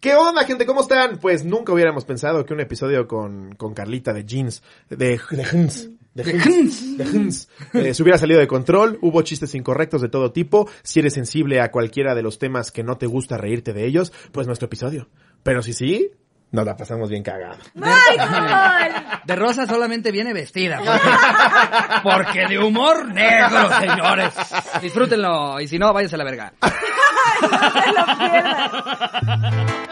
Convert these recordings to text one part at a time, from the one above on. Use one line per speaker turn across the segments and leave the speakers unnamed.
¿Qué onda, gente? ¿Cómo están? Pues nunca hubiéramos pensado que un episodio con, con Carlita de Jeans, de, de Jeans, de Jeans, de Jeans, eh, se hubiera salido de control. Hubo chistes incorrectos de todo tipo. Si eres sensible a cualquiera de los temas que no te gusta reírte de ellos, pues nuestro episodio. Pero si sí, nos la pasamos bien cagada.
¡Michael!
De rosa solamente viene vestida. Porque de humor negro, señores. Disfrútenlo y si no, váyanse a la verga.
No te lo pierdas.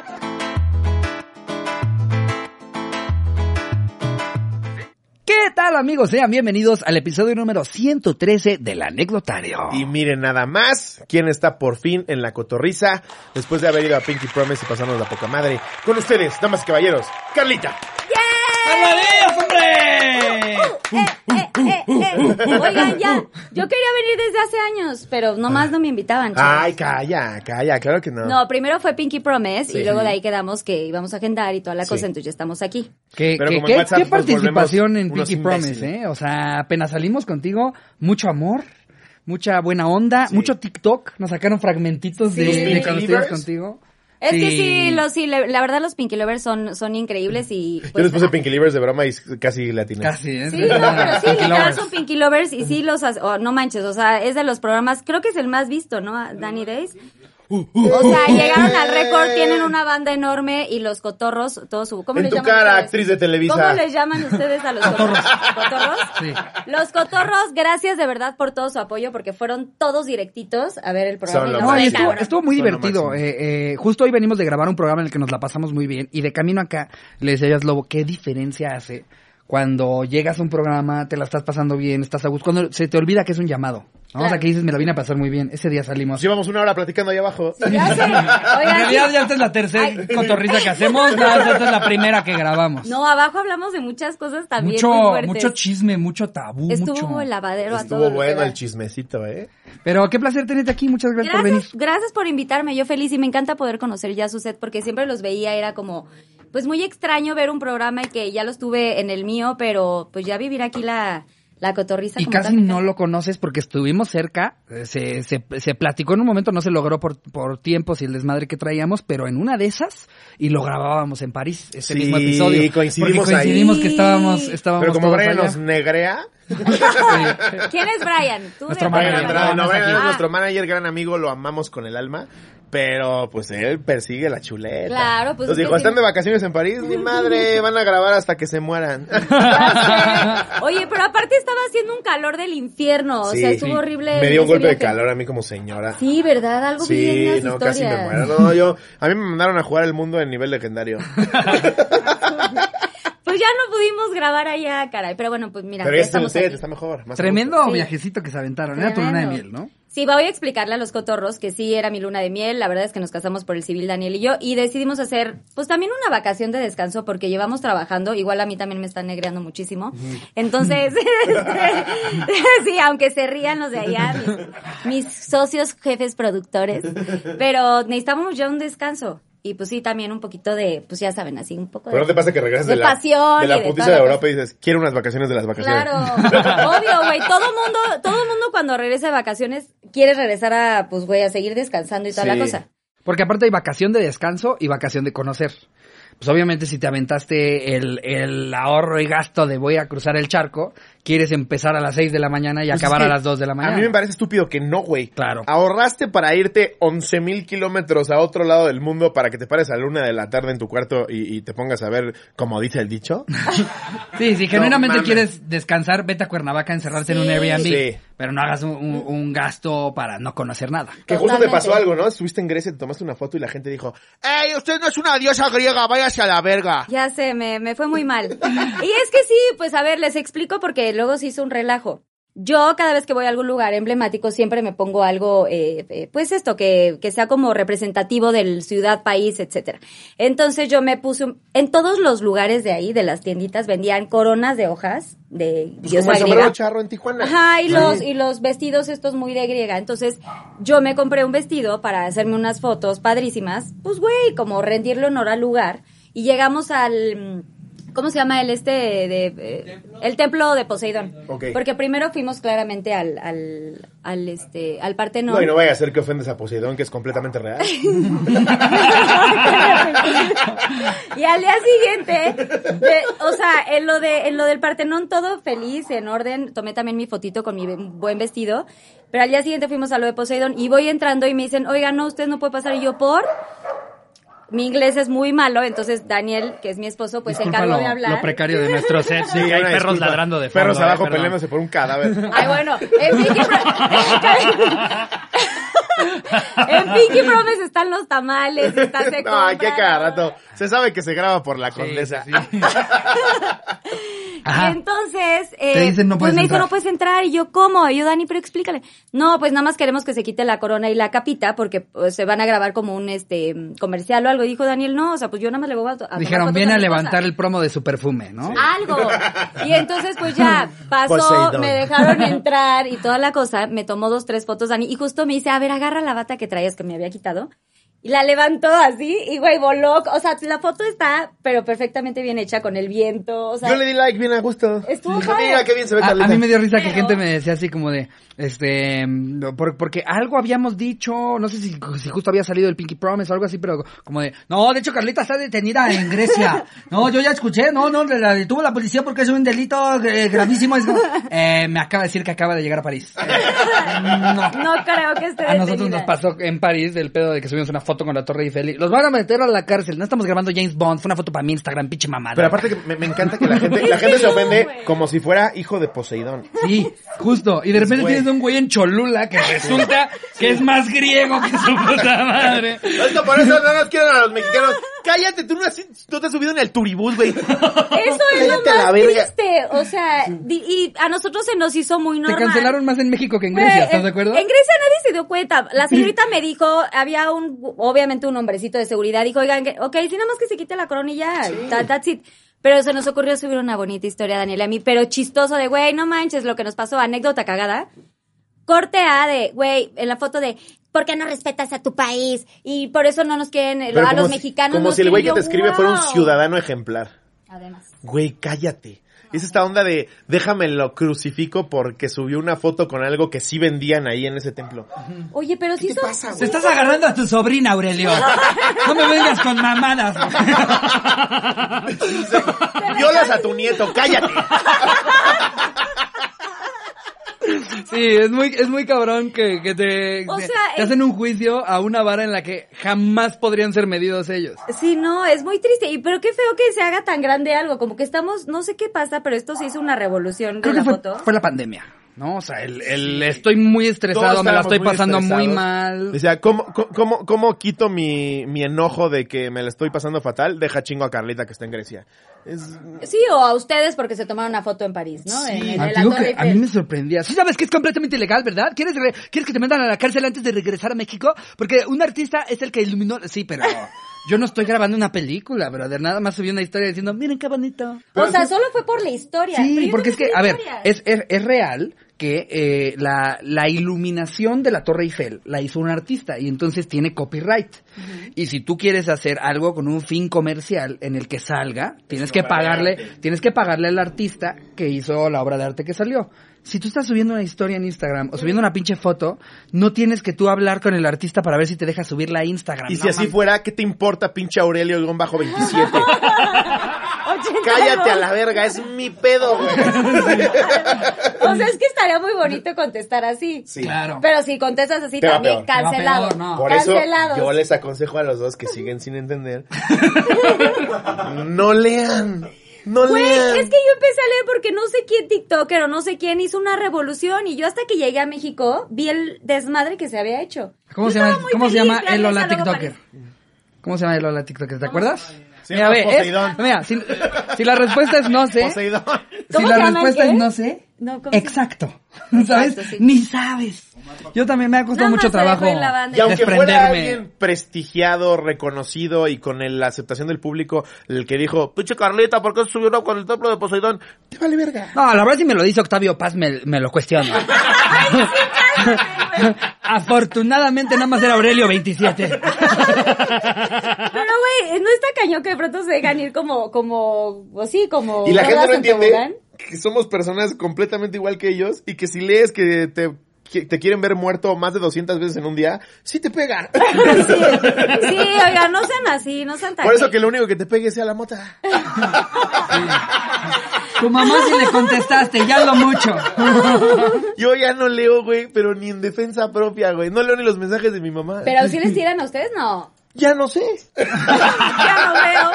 ¿Qué tal, amigos? Sean bienvenidos al episodio número 113 del anecdotario.
Y miren nada más quién está por fin en la cotorriza después de haber ido a Pinky Promise y pasarnos la poca madre. Con ustedes, damas y caballeros, Carlita.
hombre!
Eh, eh, eh, eh. Oigan, ya, yo quería venir desde hace años, pero nomás no me invitaban. chavos.
Ay, calla, calla, claro que no.
No, primero fue Pinky Promise
Sí.
y luego de ahí quedamos que íbamos a agendar y toda la
Sí.
cosa, entonces ya estamos aquí.
¿Qué,
Pero
qué-
como en
qué-
WhatsApp
qué
nos
participación
volvemos
en
unos
Pinky Promise,
imbéciles.
eh? O sea, apenas salimos contigo, mucho amor, mucha buena onda, mucho TikTok. Nos sacaron fragmentitos de,
Sí.
de
Pinky
cuando estuvimos
Lovers.
contigo.
Es que sí, los, sí, le- la verdad los Pinky Lovers son, son increíbles y...
Yo
pues,
les puse Pinky Livers de broma y casi latinas.
Casi, ¿eh?
Sí, no, pero sí,
Pinky
literal
Lovers.
son Pinky Lovers y sí los... hace- oh, no manches, o sea, es de los programas, creo que es el más visto, ¿no? Danny Days.
Uh.
O sea, llegaron al récord, tienen una banda enorme y los cotorros, todo su... ¿Cómo
En
les
tu
llaman
cara,
ustedes?
actriz de Televisa.
¿Cómo les llaman ustedes a los cotorros? ¿Cotorros?
Sí.
Los cotorros, gracias de verdad por todo su apoyo porque fueron todos directitos a ver el programa.
Son
y
lo
No, y
nos
máximo.
estuvo,
dejaron.
estuvo muy
Son lo
divertido.
máximo.
Eh, eh, justo hoy venimos de grabar un programa en el que nos la pasamos muy bien. Y de camino acá le decía yo a Slobo, ¿qué diferencia hace cuando llegas a un programa, te la estás pasando bien, estás a gusto? Cuando se te olvida que es un llamado. ¿no? O sea,
Claro.
que dices, me la vine a pasar muy bien. Ese día salimos.
Nos llevamos una hora platicando ahí abajo.
Ya sé. Oigan, sí.
esta es la tercera
Ay.
cotorriza que hacemos. No, esta es la primera que grabamos.
No, abajo hablamos de muchas cosas también muy fuertes.
chisme, mucho tabú,
Estuvo el lavadero a todo
Estuvo
lo que
bueno
da.
el chismecito, ¿eh?
Pero qué placer tenerte aquí. Muchas gracias, por venir.
Gracias, gracias por invitarme, yo feliz y me encanta poder conocer ya su set porque siempre los veía, era como, pues muy extraño ver un programa que ya los tuve en el mío, pero pues ya vivir aquí la, la cotorriza.
Y
como
casi
tal, pues, me
no
encanta.
lo conoces porque estuvimos cerca, eh, se, se, se platicó en un momento, no se logró por, por tiempos y el desmadre que traíamos, pero en una de esas, y lo grabábamos en París, ese
Sí,
mismo episodio.
coincidimos
porque coincidimos
ahí.
que estábamos, estábamos
Pero como
todos
Brian
allá.
nos negrea,
¿Quién es Brian? ¿Tú
Nuestro
de-
Brian
Brian Andrade, no,
Andrade,
Brian
aquí.
es
Ah,
nuestro manager, gran amigo, lo amamos con el alma. Pero pues él persigue la chuleta.
Claro, pues,
Nos
es que
dijo,
sí.
están de vacaciones en París, mi madre, van a grabar hasta que se mueran.
ya sé. Ah, Oye, pero aparte estaba haciendo un calor del infierno, o sea,
Sí,
estuvo
sí.
horrible.
Me dio un
ese
golpe de
viaje.
calor a mí como señora.
Sí, ¿verdad? Algo
Sí,
bien en las
no,
historias.
casi me muero. No, yo, a mí me mandaron a jugar el mundo en nivel legendario.
Pues ya no pudimos grabar allá, caray. Pero bueno, pues mira,
Pero
ya
este
estamos
usted
aquí.
está mejor. más
Tremendo
Sí.
viajecito que se aventaron, era tu luna de miel, ¿no?
Sí, voy a explicarle a los cotorros que sí era mi luna de miel. La verdad es que nos casamos por el civil Daniel y yo y decidimos hacer, pues también una vacación de descanso porque llevamos trabajando. Igual a mí también me están negreando muchísimo. Entonces, este, sí, aunque se rían los de allá, mis, mis socios, jefes, productores. Pero necesitamos ya un descanso. Y pues sí, también un poquito de, pues ya saben, así un poco
Pero no te pasa que regresas de,
de
la,
pasión
de
y
la
de
putiza
toda
de
la
Europa y dices, quiero unas vacaciones de las vacaciones.
Claro, obvio, güey. Todo mundo, todo mundo cuando regresa de vacaciones quiere regresar a, pues, güey, a seguir descansando y toda
Sí.
la cosa.
Porque aparte hay vacación de descanso y vacación de conocer. Pues obviamente si te aventaste el, el ahorro y gasto de voy a cruzar el charco, quieres empezar a las 6 de la mañana y
Pues es
acabar
que
a las 2 de la mañana.
A mí me parece Ah, estúpido que no, güey.
Claro.
Ahorraste para irte 11 mil kilómetros a otro lado del mundo para que te pares a la una de la tarde en tu cuarto y, y te pongas a ver, como dice el dicho.
Sí, si
No
genuinamente
mames.
quieres descansar, vete a Cuernavaca, a encerrarte en un
Sí.
Airbnb.
Sí.
Pero no hagas un, un- un gasto para no conocer nada.
Que justo te
Totalmente.
pasó algo, ¿no? Estuviste en Grecia, te tomaste una foto y la gente dijo, ¡Ey, usted no es una diosa griega, váyase a la verga!
Ya sé, me, me fue muy mal. Y es que sí, pues a ver, les explico porque luego se hizo un relajo. Yo cada vez que voy a algún lugar emblemático siempre me pongo algo, eh, eh, pues esto, que, que sea como representativo del ciudad, país, etcétera. Entonces yo me puse, un- en todos los lugares de ahí, de las tienditas, vendían coronas de hojas de
Pues
diosa
como el sombrero
griega.
charro en Tijuana.
Ajá, y los,
Sí.
y los vestidos estos muy de griega. Entonces, yo me compré un vestido para hacerme unas fotos padrísimas. Pues, güey, como rendirle honor al lugar. Y llegamos al... mm, ¿Cómo se llama el este de... eh, el templo de Poseidón.
Ok.
Porque primero fuimos claramente al, al, al, este, al Partenón.
No, y no vaya a ser que ofendes a Poseidón, que es completamente real.
Y al día siguiente, de- o sea, en lo, de, en lo del Partenón todo feliz, en orden, tomé también mi fotito con mi be- buen vestido, pero al día siguiente fuimos a lo de Poseidón y voy entrando y me dicen, oiga, no, usted no puede pasar y yo por... Mi inglés es muy malo, entonces Daniel, que es mi esposo, pues
Disculpa
se encargó de
lo,
hablar.
lo precario de nuestro set.
Sí,
hay
una
perros
disculpa.
ladrando de
Perros
fondo, eh,
abajo
perdón.
peleándose por un cadáver.
Ay, bueno, en Pinky, Pro- en Pinky Promise están los tamales, está se
No, aquí a
compran.
cada rato. Se sabe que se graba por la condesa.
Ajá.
Y entonces, eh,
Te dicen, "No
pues
puedes
me dice,
entrar".
no puedes entrar. Y yo, ¿cómo? Y yo, Dani, pero explícale. No, pues nada más queremos que se quite la corona y la capita porque pues, se van a grabar como un este mm, comercial o algo. Y dijo Daniel, no, o sea, pues yo nada más le voy a... a tomar
Dijeron,
fotos
viene a
mi esposa".
levantar el promo de su perfume, ¿no?
algo. Y entonces pues ya pasó,
Poseidón.
me dejaron entrar y toda la cosa, me tomó dos, tres fotos Dani y justo me dice, a ver, agarra la bata que traías que me había quitado. Y la levantó así y güey, voló. O sea, la foto está, pero perfectamente bien hecha con el viento. O sea,
Yo le di like bien a gusto.
Estuvo
Dijo,
padre.
Mira qué bien se ve
A,
Carlita.
a mí me dio risa que
Pero-
gente me decía así como de, este, mm, por- porque algo habíamos dicho, no sé si, si justo había salido el Pinky Promise o algo así, pero como de, no, de hecho Carlita está detenida en Grecia. No, yo ya escuché, no, no, la detuvo la policía porque es un delito eh, gravísimo. Es como, eh, me acaba de decir que acaba de llegar a París. Eh, no.
no creo que esté
A nosotros
detenida.
nos pasó en París del pedo de que subimos una foto con la Torre Eiffel. y Los van a meter a la cárcel. No estamos grabando James Bond. Fue una foto para mi Instagram, pinche mamada.
Pero aparte que me, me encanta que la gente,
Es
la
que
gente se
no,
ofende
güey.
como si fuera hijo de Poseidón.
Sí, justo. Y de repente
Güey.
tienes un güey en Cholula que resulta que es más griego que su puta madre.
Esto por eso no nos quieren a los mexicanos. Cállate, tú no, has- tú te has subido en el turibús, güey.
Eso es lo
Cállate a la
más
verga.
triste. O sea, di- y a nosotros se nos hizo muy
Te
normal.
cancelaron más en México que en
Güey,
Grecia, ¿estás
en-
de acuerdo?
En Grecia nadie se dio cuenta. La señorita me dijo, había un, obviamente un hombrecito de seguridad, dijo, oigan, que- ok, si nada más que se quite la coronilla, that's it. Pero se nos ocurrió subir una bonita historia, Daniela, a mí, pero chistoso de, güey, no manches lo que nos pasó, anécdota cagada. Corte A de, güey, en la foto de, ¿por qué no respetas a tu país? Y por eso no nos quieren,
Pero
a
como
los
si-
mexicanos
Como
nos
si el güey que
quieren.
te
Yo,
escribe fuera un
wow.
ciudadano ejemplar.
Además.
Güey, cállate. Es esta onda de déjame lo crucifico porque subió una foto con algo que sí vendían ahí en ese templo.
Oye, pero si son...
Se estás agarrando a tu sobrina, Aurelio. No me vengas con mamadas.
Violas a tu nieto, cállate.
Sí, es muy, es muy cabrón que, que te,
O
te-
sea, eh,
te
el-
hacen un juicio a una vara en la que jamás podrían ser medidos ellos.
Sí, no, es muy triste. Y pero qué feo que se haga tan grande algo. Como que estamos, no sé qué pasa, pero esto se hizo una revolución
Creo
de
que
la
fue,
foto.
fue la pandemia. No, o sea, el, el estoy muy estresado,
Todos
me la
estábamos
estoy pasando muy
estresados.
mal.
O sea, ¿cómo, cómo- cómo, cómo quito mi, mi enojo de que me la estoy pasando fatal? Deja chingo a Carlita que está en Grecia. Es-
Sí, o a ustedes porque se tomaron una foto en París, ¿no? En, en
Ah,
la
te digo
Torre
que a
Eiffel.
mí me sorprendía. Sí sabes que es completamente ilegal, ¿verdad? ¿Quieres, re- ¿Quieres que te mandan a la cárcel antes de regresar a México? Porque un artista es el que iluminó... Sí, pero yo no estoy grabando una película, brother. Nada más subí una historia diciendo, miren qué bonito.
o sea, solo fue por la historia. Pero
Sí,
yo
porque
no
es que,
sé
a ver,
historias.
es, es, es real que eh, la, la iluminación de la Torre Eiffel la hizo un artista y entonces tiene copyright. Y si tú quieres hacer algo con un fin comercial en el que salga, tienes que pagarle, tienes que pagarle al artista que hizo la obra de arte que salió. Si tú estás subiendo una historia en Instagram o subiendo una pinche foto, no tienes que tú hablar con el artista para ver si te deja subirla a Instagram.
y
No
si así
mames.
fuera, ¿qué te importa, pinche Aurelio Guión bajo 27? Cállate a la verga, es mi pedo, güey.
O sea, es que estaría muy bonito contestar así.
Sí.
Claro.
Pero si contestas así
Te va peor.
también,
Te va
cancelado.
peor, no.
Por eso
Cancelados.
yo les aconsejo a los dos que siguen sin entender. no lean. No
Güey,
lean.
es que yo empecé a leer porque no sé quién TikToker o no sé quién hizo una revolución y yo hasta que llegué a México vi el desmadre que se había hecho.
¿Cómo
Yo
se llama,
estaba muy
¿cómo se
feliz,
llama
gracias
el Lola
a Lobo
TikToker?
París.
¿Cómo se llama el Lola TikToker? ¿Te acuerdas?
Se
Mira,
llama
ve, es-
Poseidón.
mira, si, si la respuesta es no sé,
Poseidón.
si
¿Cómo
la
se llama el
respuesta
qué?
es no sé,
No, ¿cómo se llama?
exacto, ¿sabes?
Exacto, sí.
Ni sabes. Yo también me ha costado
Nada
mucho
más se dejó
trabajo
en la banda.
Y aunque fuera
desprenderme.
alguien prestigiado, reconocido y con el- la aceptación del público, el que dijo, pinche Carlita, ¿por qué subieron con el templo de Poseidón? Te vale verga.
No, la verdad si me lo dice Octavio Paz me, me lo cuestiono. Afortunadamente nada más era Aurelio 27.
Pero, güey, no está cañón que de pronto se dejan ir como, como, o sí, como.
Y la gente
gordas
no
en tobogán?
entiende que somos personas completamente igual que ellos y que si lees que te qui- te quieren ver muerto más de 200 veces en un día, sí te pegan.
Sí, sí, oiga, no sean así, no sean tan...
Por eso que lo único que te pegue sea la mota.
Tu mamá sí le contestaste, ya lo mucho.
Yo ya no leo, güey, pero ni en defensa propia, güey. No leo ni los mensajes de mi mamá.
Pero si les tiran a ustedes, no.
Ya no sé.
Ya no veo.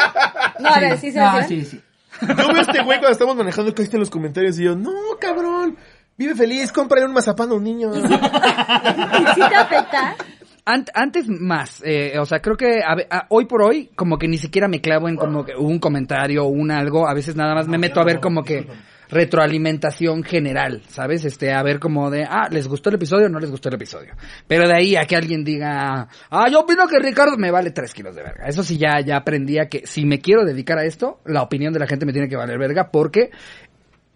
No, a ver, sí se les
Ah,
tiran.
sí, sí.
Yo veo a este güey cuando estamos manejando que está en los comentarios y yo, no, cabrón, vive feliz, cómprale un mazapán a un niño.
¿Y sí te afecta?
Ant- antes más, eh, o sea, creo que a ve- a- hoy por hoy como que ni siquiera me clavo en como que un comentario o un algo, a veces nada más me meto a ver como que retroalimentación general, ¿sabes? Este, a ver como de, ah, ¿les gustó el episodio o no les gustó el episodio? Pero de ahí a que alguien diga, ah, yo opino que Ricardo me vale tres kilos de verga. Eso sí ya, ya aprendí a que si me quiero dedicar a esto, la opinión de la gente me tiene que valer verga porque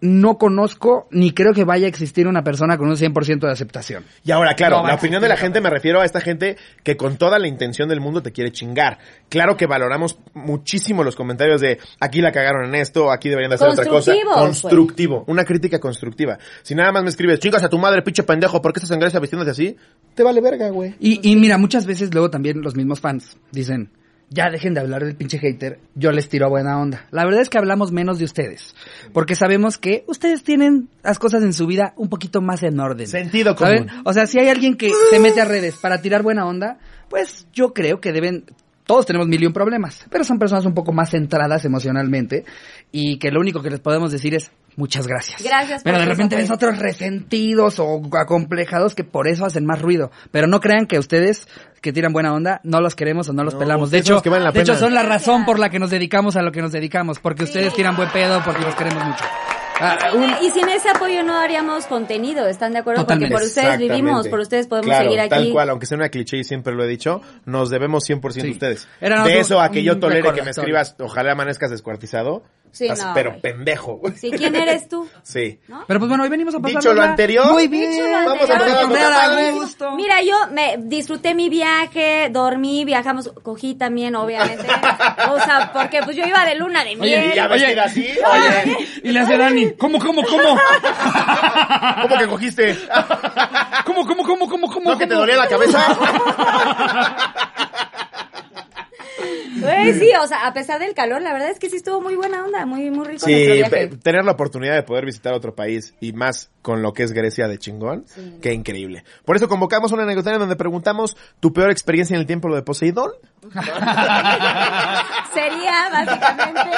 no conozco ni creo que vaya a existir una persona con un 100% de aceptación.
Y ahora, claro,
No,
la
vale.
opinión de la gente me refiero a esta gente que con toda la intención del mundo te quiere chingar. Claro que valoramos muchísimo los comentarios de aquí la cagaron en esto, aquí deberían de hacer otra cosa.
Constructivos, güey.
Constructivo. Una crítica constructiva. Si nada más me escribes, chingas a tu madre, pinche pendejo, ¿por qué estás en Grecia vistiéndote así? Te vale verga, güey.
Y, y mira, muchas veces luego también los mismos fans dicen, ya dejen de hablar del pinche hater, yo les tiro buena onda. La verdad es que hablamos menos de ustedes, porque sabemos que ustedes tienen las cosas en su vida un poquito más en orden.
Sentido
¿Saben?
común.
O sea, si hay alguien que se mete a redes para tirar buena onda, pues yo creo que deben... Todos tenemos mil y un problemas, pero son personas un poco más centradas emocionalmente y que lo único que les podemos decir es muchas gracias.
Gracias por
Pero de
tus
repente ves
apoyos.
otros resentidos o acomplejados que por eso hacen más ruido. Pero no crean que ustedes que tiran buena onda no los queremos o no los
No,
pelamos. De
ustedes son
hecho,
los que valen la
de hecho
pena.
son la razón por la que nos dedicamos a lo que nos dedicamos, porque ustedes tiran buen pedo porque los queremos mucho. Ah, un-
Y sin ese apoyo no haríamos contenido, ¿están de acuerdo?
Totalmente.
Porque por ustedes
Exactamente.
vivimos, por ustedes podemos
Claro,
seguir aquí.
Tal cual, aunque sea una cliché y siempre lo he dicho, nos debemos 100%
Sí.
a ustedes.
Era
de
otro-
eso a que yo
un
tolere que me
recordatorio.
escribas, ojalá amanezcas descuartizado.
Sí,
estás
no,
pero
güey.
pendejo, güey.
Sí, ¿quién eres tú?
Sí.
Pero pues bueno, hoy venimos a pasar
Dicho lo anterior,
Muy bien.
Dicho lo
vamos a
anterior.
pasar a
Comer
poca madre.
a gusto.
Mira, yo me disfruté mi viaje, dormí, viajamos, cogí también, obviamente. O sea, porque pues yo iba de luna de miel.
Y ya
Oye.
vestir así, oye,
Oye, y le hace Dani, ¿cómo, cómo, cómo?
¿cómo que cogiste?
¿Cómo, cómo, cómo, cómo, cómo?
¿No que te
cómo?
dolía la cabeza?
Güey, Eh, sí, o sea, a pesar del calor, la verdad es que sí estuvo muy buena onda, muy, muy rico nuestro
Sí,
viaje.
pe- tener la oportunidad de poder visitar otro país y más con lo que es Grecia de chingón, qué increíble. Por eso convocamos una negociación donde preguntamos tu peor experiencia en el tiempo de Poseidón.
Sería básicamente.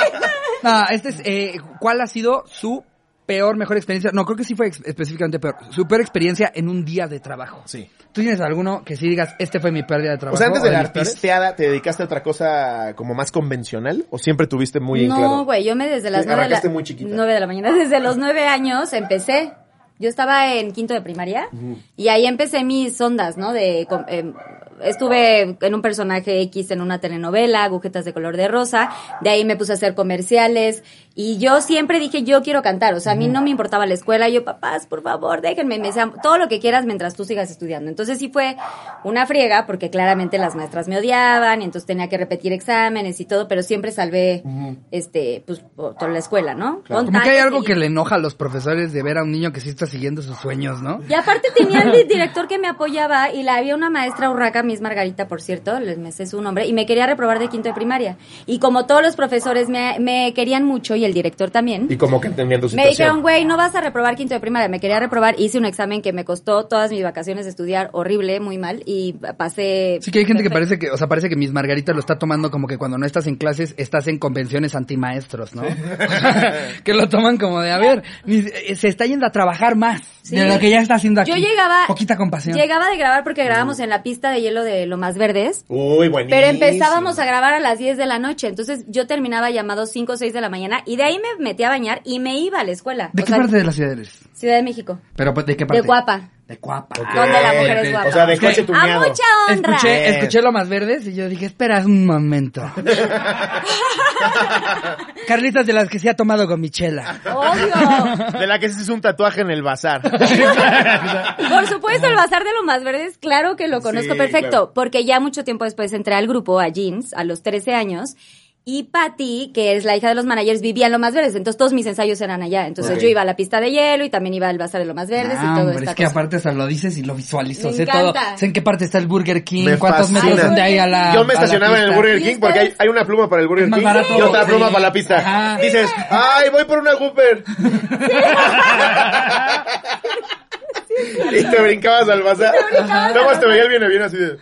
No, este es, eh, ¿cuál ha sido su peor, mejor experiencia? No, creo que sí fue ex- específicamente peor. Su peor experiencia en un día de trabajo.
Sí.
¿Tú tienes alguno que sí digas, este fue mi peor día de trabajo?
O sea, antes
o
de la
mis peores?
artisteada, ¿te dedicaste a otra cosa como más convencional? ¿O siempre tuviste muy en
no,
claro?
güey, yo me desde las
Te
nueve de, la,
arrancaste muy chiquita.
nueve de la mañana, desde los nueve años empecé. Yo estaba en quinto de primaria y ahí empecé mis ondas, ¿no? De com- em, estuve en un personaje X en una telenovela, agujetas de color de rosa, de ahí me puse a hacer comerciales y yo siempre dije yo quiero cantar, o sea, a mí no me importaba la escuela, yo papás, por favor, déjenme, me sea- todo lo que quieras mientras tú sigas estudiando. Entonces sí fue una friega porque claramente las maestras me odiaban y entonces tenía que repetir exámenes y todo, pero siempre salvé este pues por toda la escuela, ¿no? Con
Como que hay
tantas
algo
y-
que le enoja a los profesores de ver a un niño que sí está siguiendo sus sueños, ¿no?
y aparte tenía el di- director que me apoyaba y la había una maestra urraca, Miss Margarita, por cierto, les me sé su nombre, y me quería reprobar de quinto de primaria. Y como todos los profesores me, me querían mucho y el director también,
Y como que entendiendo
me dijeron,
situación.
güey, no vas a reprobar quinto de primaria. Me quería reprobar, hice un examen que me costó todas mis vacaciones de estudiar horrible, muy mal, y pasé...
Sí que hay gente que
perfecto.
parece que, o sea, parece que Miss Margarita lo está tomando como que cuando no estás en clases, estás en convenciones antimaestros, ¿no? que lo toman como de, a ver, ni- eh, se está yendo a trabajar más
Sí.
de lo que ya está haciendo aquí.
Yo llegaba...
Poquita compasión.
Llegaba de grabar porque grabábamos en la pista de hielo de Lo Más Verdes.
Uy, buenísimo.
Pero empezábamos a grabar a las 10 de la noche, entonces yo terminaba llamado 5 o 6 de la mañana y de ahí me metí a bañar y me iba a la escuela.
¿De
O
qué
sea,
parte de la ciudad eres?
Ciudad de México.
Pero, pues, ¿de qué parte?
De Guapa.
De Guapa.
Ok.
Donde la mujer es guapa.
O sea, de coche
Ok.
¡A
tuneado.
mucha honra!
Escuché,
Bien.
escuché lo más verdes y yo dije, espera un momento. Carlitas de las que se ha tomado gomichela.
¡Obvio!
De la que se hizo un tatuaje en el bazar.
Por supuesto, el Bazar de lo Más Verdes, claro que lo conozco
Sí,
perfecto,
claro.
porque ya mucho tiempo después entré al grupo, a Jeans, a los 13 años, Y Patty, que es la hija de los managers, vivía en Lomas Verdes. Entonces todos mis ensayos eran allá. Entonces
Ok.
yo iba a la pista de hielo y también iba al bazar de Lomas Verdes
Ah,
y todo
hombre,
esta
es que
cosa.
aparte hasta lo dices y lo visualizo.
Me
sé todo.
encanta.
Sé en qué parte está el Burger King,
Me
cuántos
fascina.
metros son de ahí a la.
Yo me
a la
estacionaba en el
pista.
Burger
¿Y
King porque hay,
ustedes?
hay una pluma para el Burger
más
King
barato,
y otra
sí.
pluma para la pista.
Ajá.
Dices, ay, voy por una Whopper. y te brincabas al bazar. Luego te veía el bien, bien así de...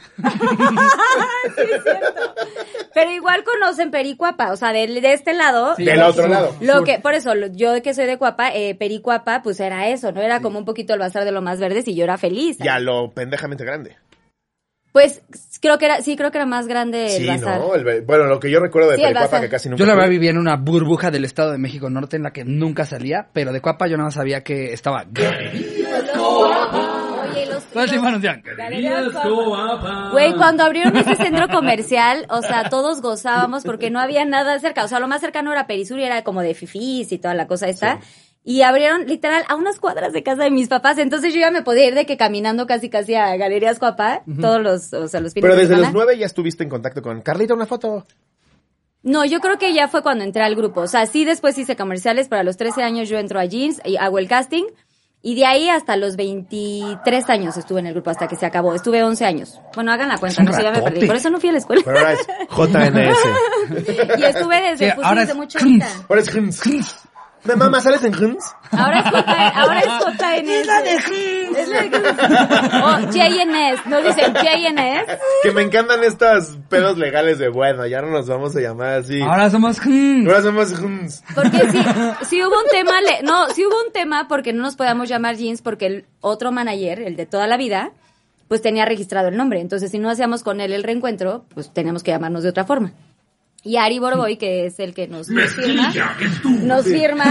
Pero igual conocen Pericuapa, o sea, de, de este lado.
Sí,
Del
al
otro
sur.
lado.
Lo que, por eso, lo- yo que soy de Cuapa, eh, Pericuapa, pues era eso, ¿no? Era como un poquito el bazar de lo más verdes y yo era feliz.
Ya lo pendejamente grande.
Pues creo que era, sí, creo que era más grande el
Sí,
bazar.
no, el be- bueno, lo que yo recuerdo de
Sí, el
Pericuapa
bazar.
que casi nunca
Yo la
fui.
verdad vivía en una burbuja del Estado de México Norte en la que nunca salía, pero de Cuapa yo nada más sabía que estaba.
Oye, y los
Todas las semanas decían,
Galerías Coapa. Güey, cuando abrieron ese centro comercial, o sea, todos gozábamos porque no había nada cerca. O sea, lo más cercano era Perisur y era como de fifís y toda la cosa esta. Y abrieron literal a unas cuadras de casa de mis papás. Entonces yo ya me podía ir de que caminando casi casi a Galerías Coapa todos los, o sea, los fines
Pero
de
desde los
semana.
nueve ya estuviste en contacto con Carlita, una foto.
No, yo creo que ya fue cuando entré al grupo. O sea, sí, después hice comerciales, pero a los 13 años yo entro a Jeans y hago el casting. Y de ahí hasta los 23 años estuve en el grupo, hasta que se acabó. Estuve 11 años. Bueno, hagan la cuenta,
un
no sé, ya me
ratote.
perdí. Por eso no fui a la escuela.
Pero ahora es JNS.
y estuve desde,
Sí,
pues,
ahora
sí, desde
es
mucho
Jeans.
ahorita.
Ahora es Huns. Me mamá, ¿sales en Huns?
Ahora es JN. Ahora es JNS. Es la de Es la de O JNS. Nos dicen JNS.
Que me encantan estas pedos legales de bueno, ya no nos vamos a llamar así.
Ahora somos. hmm,
Ahora somos Huns.
Porque sí, sí hubo un tema, le- no, sí hubo un tema porque no nos podíamos llamar jeans porque el otro manager, el de toda la vida, pues tenía registrado el nombre. Entonces, si no hacíamos con él el reencuentro, pues teníamos que llamarnos de otra forma. Y Ari Borgoy, que es el que nos, nos firma, nos firma,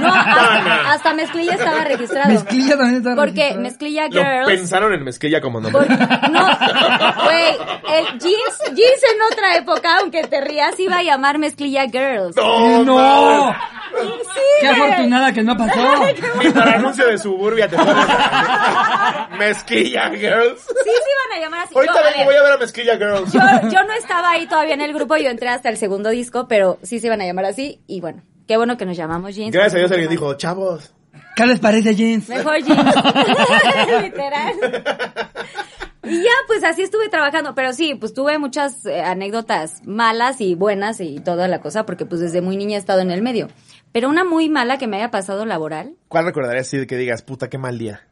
no, hasta, hasta Mezclilla estaba registrado.
Mezclilla también estaba
Porque
registrada.
Mezclilla
Lo
Girls...
pensaron en mezquilla como nombre.
Porque, no, güey, el jeans, jeans en otra época, aunque te rías, iba a llamar Mezclilla Girls.
¡No!
¡No!
mames!
Sí,
¡Qué
güey.
afortunada que no pasó!
Ni para anuncio de suburbia te pones. Mezquilla Girls.
Sí, sí van a llamar así.
Ahorita
yo,
vengo,
a
voy
ver,
a ver a Mezquilla Girls.
yo, yo no estaba ahí todavía en el grupo, yo entré hasta el segundo disco, pero sí se iban a llamar así. Y bueno, qué bueno que nos llamamos jeans.
Gracias a Dios alguien dijo, chavos.
¿Qué les parece, Jeans?
Mejor jeans. Literal. Y ya, pues así estuve trabajando, pero sí, pues tuve muchas eh, anécdotas malas y buenas y toda la cosa, porque pues desde muy niña he estado en el medio. Pero una muy mala que me haya pasado laboral,
¿Cuál recordarías así de que digas, puta, qué mal día?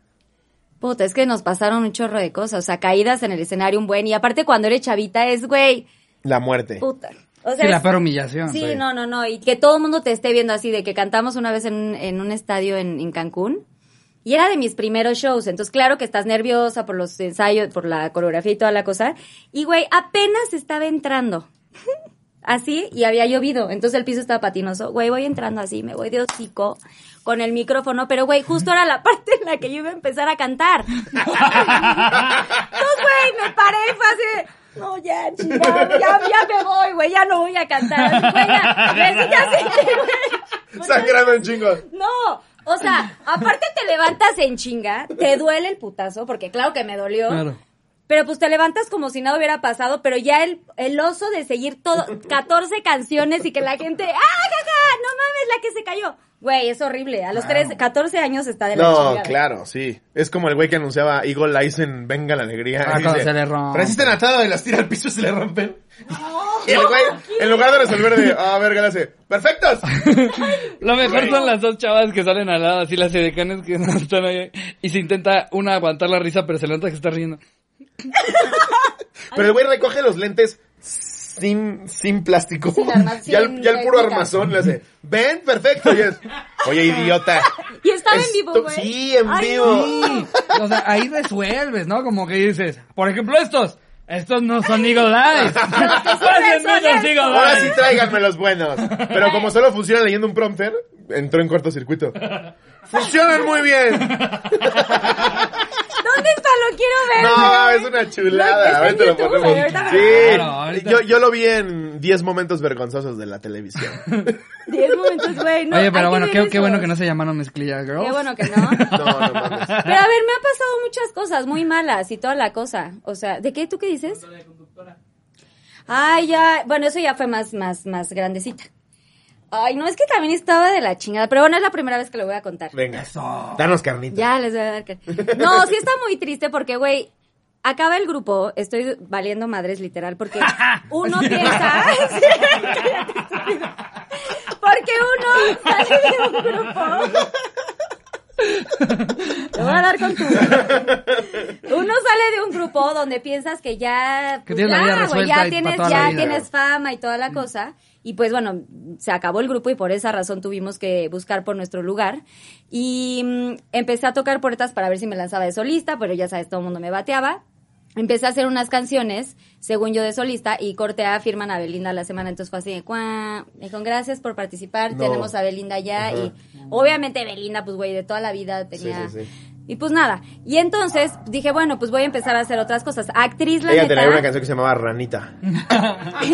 Puta, es que nos pasaron un chorro de cosas, o sea, caídas en el escenario un buen, y aparte cuando eres chavita es, güey,
La muerte.
puta. O sea,
Sí, la
es-
peor humillación.
Sí,
güey.
no, no, no. Y que todo el mundo te esté viendo así, de que cantamos una vez en, en un estadio en, en Cancún. Y era de mis primeros shows, entonces claro que estás nerviosa por los ensayos, por la coreografía y toda la cosa. Y güey, apenas estaba entrando. Así, y había llovido, entonces el piso estaba patinoso. Güey, voy entrando así, me voy de hocico con el micrófono, pero güey, justo era la parte en la que yo iba a empezar a cantar. Entonces, güey, me paré y fue así de, No, ya, chingada, ya, ya me voy, güey, ya no voy a cantar. Así, güey, ya, me dije así, güey.
Sangrando en chingos.
No, o sea, aparte te levantas en chinga, te duele el putazo, porque claro que me dolió.
Claro.
Pero pues te levantas como si nada hubiera pasado, pero ya el, el oso de seguir todo, 14 canciones y que la gente, ¡ah, jaja! ¡No mames, la que se cayó! Güey, es horrible. A los 13, 14 años está de la
No,
chingada.
claro, sí. Es como el güey que anunciaba Eagle Eyes en Venga la Alegría.
Ah,
y
cuando se le rompe.
Resisten atado y las tira al piso y se le rompen. y el güey, en lugar de resolver de, ah, verga, le hace, ¡perfectos!
Lo mejor son las dos chavas que salen al lado, así las edecanes que no están ahí. Y se intenta una aguantar la risa, pero se levanta que está riendo.
Pero el güey recoge los lentes sin, sin plástico.
Sin arma-
ya, el,
sin
ya el puro
técnica.
armazón le hace, ven, perfecto. Y es, oye, idiota.
Y estaba en vivo,
Esto-
güey.
Sí, en
Ay,
vivo.
Sí, o sea, ahí resuelves, ¿no? Como que dices, por ejemplo, estos. Estos no son Eagle Eyes. Pasen
son
unos
estos.
Eagle
Ahora
Eyes.
sí tráiganme los buenos. Pero como solo funciona leyendo un prompter, entró en cortocircuito. Funcionan muy bien.
¿Dónde está? Lo quiero ver.
No,
güey.
es una
Lo- está
chulada.
en
Ahorita lo
YouTube,
ponemos.
güey, ahorita me-
Sí,
Claro, ahorita.
yo, yo lo vi en 10 momentos vergonzosos de la televisión.
Diez momentos, güey. No,
Oye,
hay
pero bueno,
ver
qué,
eso.
qué bueno que no se llamaron Mezclilla Girls.
Qué bueno que no.
No, no mames.
Pero a ver, me ha pasado muchas cosas muy malas y toda la cosa. O sea, ¿de qué tú qué dices? Ay, ya. Bueno, eso ya fue más, más, más grandecita. Ay, no, es que también estaba de la chingada. Pero bueno, es la primera vez que lo voy a contar.
Venga, danos carnita.
Ya les voy a dar que- No, sí está muy triste porque, güey, acaba el grupo, estoy valiendo madres literal, porque uno piensa. porque uno sale de un grupo. Te voy a dar con tu. Uno sale de un grupo donde piensas que ya.
Que
pues,
tienes la
ya,
vida
güey,
resuelta
ya
y
tienes,
pa' toda la
ya
vida.
tienes fama y
Mm.
toda la cosa. Y pues bueno, se acabó el grupo y por esa razón tuvimos que buscar por nuestro lugar. Y mm, empecé a tocar puertas para ver si me lanzaba de solista, pero ya sabes, todo el mundo me bateaba. Empecé a hacer unas canciones, según yo de solista, y corté a firman a Belinda la semana, entonces fue así de cuá. Me dijeron, gracias por participar,
No.
tenemos a Belinda ya,
Ajá.
y obviamente Belinda, pues güey, de toda la vida tenía.
sí, sí.
Y pues nada. Y entonces dije, bueno, pues voy a empezar a hacer otras cosas. Actriz la
Ella
neta.
te traía una canción que se llamaba Ranita.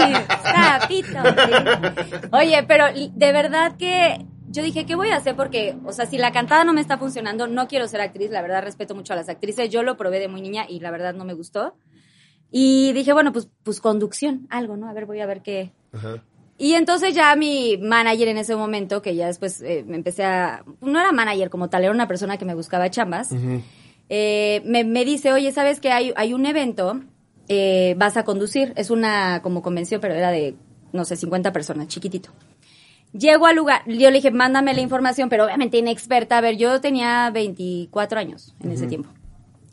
Sapito, sí. Oye, pero li- de verdad que yo dije, ¿qué voy a hacer? Porque, o sea, si la cantada no me está funcionando, no quiero ser actriz. La verdad, respeto mucho a las actrices. Yo lo probé de muy niña y la verdad no me gustó. Y dije, bueno, pues, pues conducción, algo, ¿no? A ver, voy a ver qué,
Ajá.
y entonces ya mi manager en ese momento, que ya después eh, me empecé a... No era manager como tal, era una persona que me buscaba chambas. eh, me, me dice, oye, ¿sabes que hay, hay un evento? eh, vas a conducir. Es una como convención, pero era de, no sé, 50 personas, chiquitito. Llego al lugar, yo le dije, mándame la información, pero obviamente inexperta. A ver, yo tenía 24 años en ese tiempo.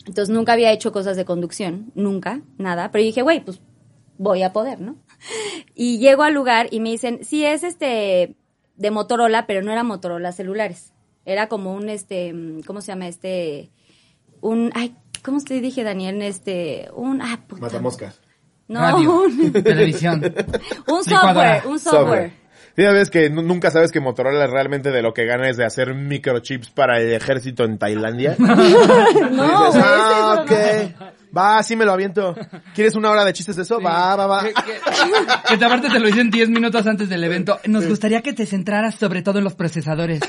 Entonces nunca había hecho cosas de conducción, nunca, nada. Pero yo dije, güey, pues voy a poder, ¿no? Y llego al lugar y me dicen, sí, es este de Motorola, pero no era Motorola celulares. Era como un, este, mm, ¿cómo se llama? Este, un, ay, ¿cómo te dije, Daniel? Este, un, ah, puta.
Matamoscas.
No,
Radio,
un,
televisión.
un
Licuadora.
software, un software.
Sí, ya ves que nu- nunca sabes que Motorola realmente de lo que gana es de hacer microchips para el ejército en Tailandia. Y
No,
dices,
güey,
ah,
ese es el-
ok. Va, sí me lo aviento. ¿Quieres una hora de chistes de eso? Va, va, va.
Que, que- que aparte te lo dicen 10 minutos antes del evento. Nos gustaría que te centraras sobre todo en los procesadores.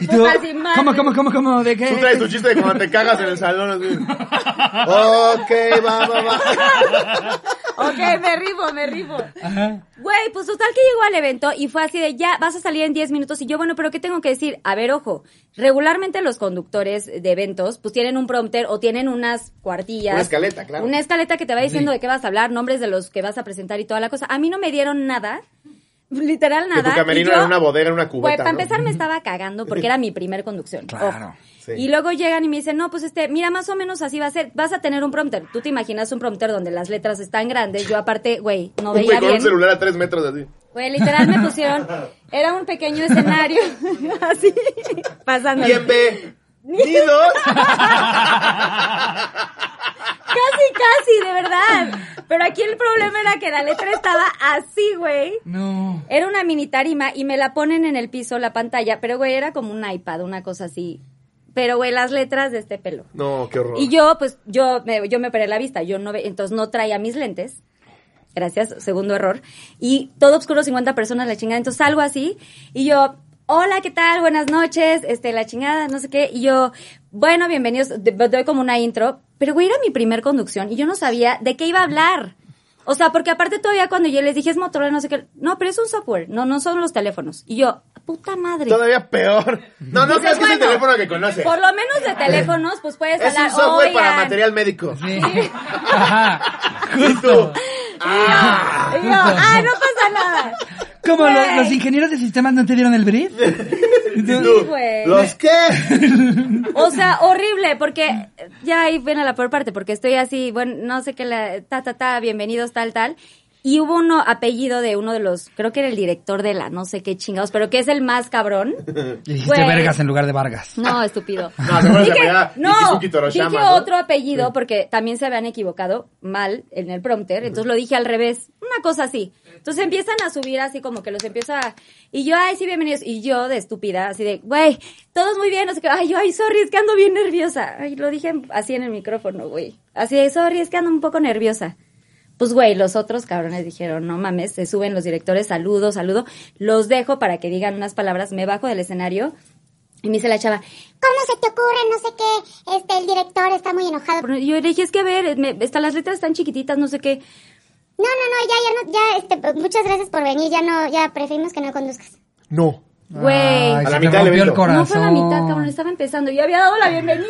Y
Pues
tú,
así, madre.
¿Cómo, cómo, cómo, cómo? ¿De qué?
Tú traes tu chiste de cuando te cagas en el salón. Así. Ok, va, va, va.
Ok, me ribo, me ribo. Güey, pues total que llegó al evento y fue así de, ya, vas a salir en 10 minutos. Y yo, bueno, pero ¿qué tengo que decir? A ver, ojo, regularmente los conductores de eventos, pues tienen un prompter o tienen unas cuartillas.
Una escaleta, claro.
Una escaleta que te va diciendo
Sí.
de qué vas a hablar, nombres de los que vas a presentar y toda la cosa. A mí no me dieron nada. Literal nada.
tu camerino
y yo-
era una bodega, era una cubeta,
Güey, para
¿no?
empezar me estaba cagando porque era mi primer conducción.
Claro.
Ojo.
Sí.
Y luego llegan y me dicen, no, pues este, mira, más o menos así va a ser. Vas a tener un prompter. Tú te imaginas un prompter donde las letras están grandes. Yo aparte, güey, no
Un
veía
güey con un
bien.
celular a tres metros así.
Güey, literal me pusieron, era un pequeño escenario, así, pasando.
¿Quién ve? Nidos.
Casi, casi, de verdad. Pero aquí el problema era que la letra estaba así, güey.
No.
Era una mini tarima y me la ponen en el piso, la pantalla, pero güey, era como un iPad, una cosa así. Pero güey, las letras de este pelo.
No, qué horror.
Y yo, pues, yo me, yo me operé la vista, yo no ve, entonces no traía mis lentes. Gracias, segundo error. Y todo oscuro, 50 personas, la chingada. Entonces salgo así y yo, hola, ¿qué tal? Buenas noches, este, la chingada, no sé qué. Y yo, bueno, bienvenidos, de- doy como una intro. Pero güey, era mi primer conducción y yo no sabía de qué iba a hablar. O sea, porque aparte todavía cuando yo les dije es Motorola, no sé qué, no, pero es un software, no, no son los teléfonos. Y yo, puta madre.
Todavía peor. No, no creas
Dices,
que es el
bueno,
teléfono que conoces.
Por lo menos de teléfonos, pues puedes
Es
hablar.
un software para
"Oigan".
material médico.
Sí. Ajá. Justo.
Y yo, ah, no pasa nada.
¿Cómo lo-
Güey.
los, ingenieros de sistemas no te dieron el brief?
Y
Sí, güey.
¿Los qué?
O sea, horrible, porque eh, ya ahí ven a la peor parte, porque estoy así, bueno, no sé qué, la, ta, ta, ta, bienvenidos, tal, tal. Y hubo uno apellido de uno de los, creo que era el director de la no sé qué chingados, pero que es el más cabrón.
Le dijiste
Güey.
vergas en lugar de Vargas.
No, estúpido.
No, seguro se
Dije-
apellida
no,
Ichizuki
dije
Toroshima, ¿no?
otro apellido porque también se habían equivocado mal en el prompter, entonces lo dije al revés, una cosa así. Entonces empiezan a subir así como que los empieza a- y yo, ay, sí, bienvenidos. Y yo de estúpida, así de, güey, todos muy bien, no sé qué, ay, yo, ay, sorry, es que ando bien nerviosa. Ay, lo dije así en el micrófono, güey. Así de, sorry, es que ando un poco nerviosa. Pues, güey, los otros cabrones dijeron, no mames, se suben los directores, saludo, saludo, los dejo para que digan unas palabras, me bajo del escenario y me dice la chava,
¿Cómo se te ocurre? No sé qué.
"Ah,
Este, el director está muy enojado.
Yo le dije, es que a ver, me- está- las letras están chiquititas, no sé qué.
No, no, no, ya, ya, no, ya, este, pues, muchas gracias por venir, ya no, ya preferimos que no conduzcas.
No.
Güey.
A la
se
mitad
me
del
rompió el
evento.
corazón.
No fue la mitad, cabrón, estaba empezando. Yo había dado la bienvenida.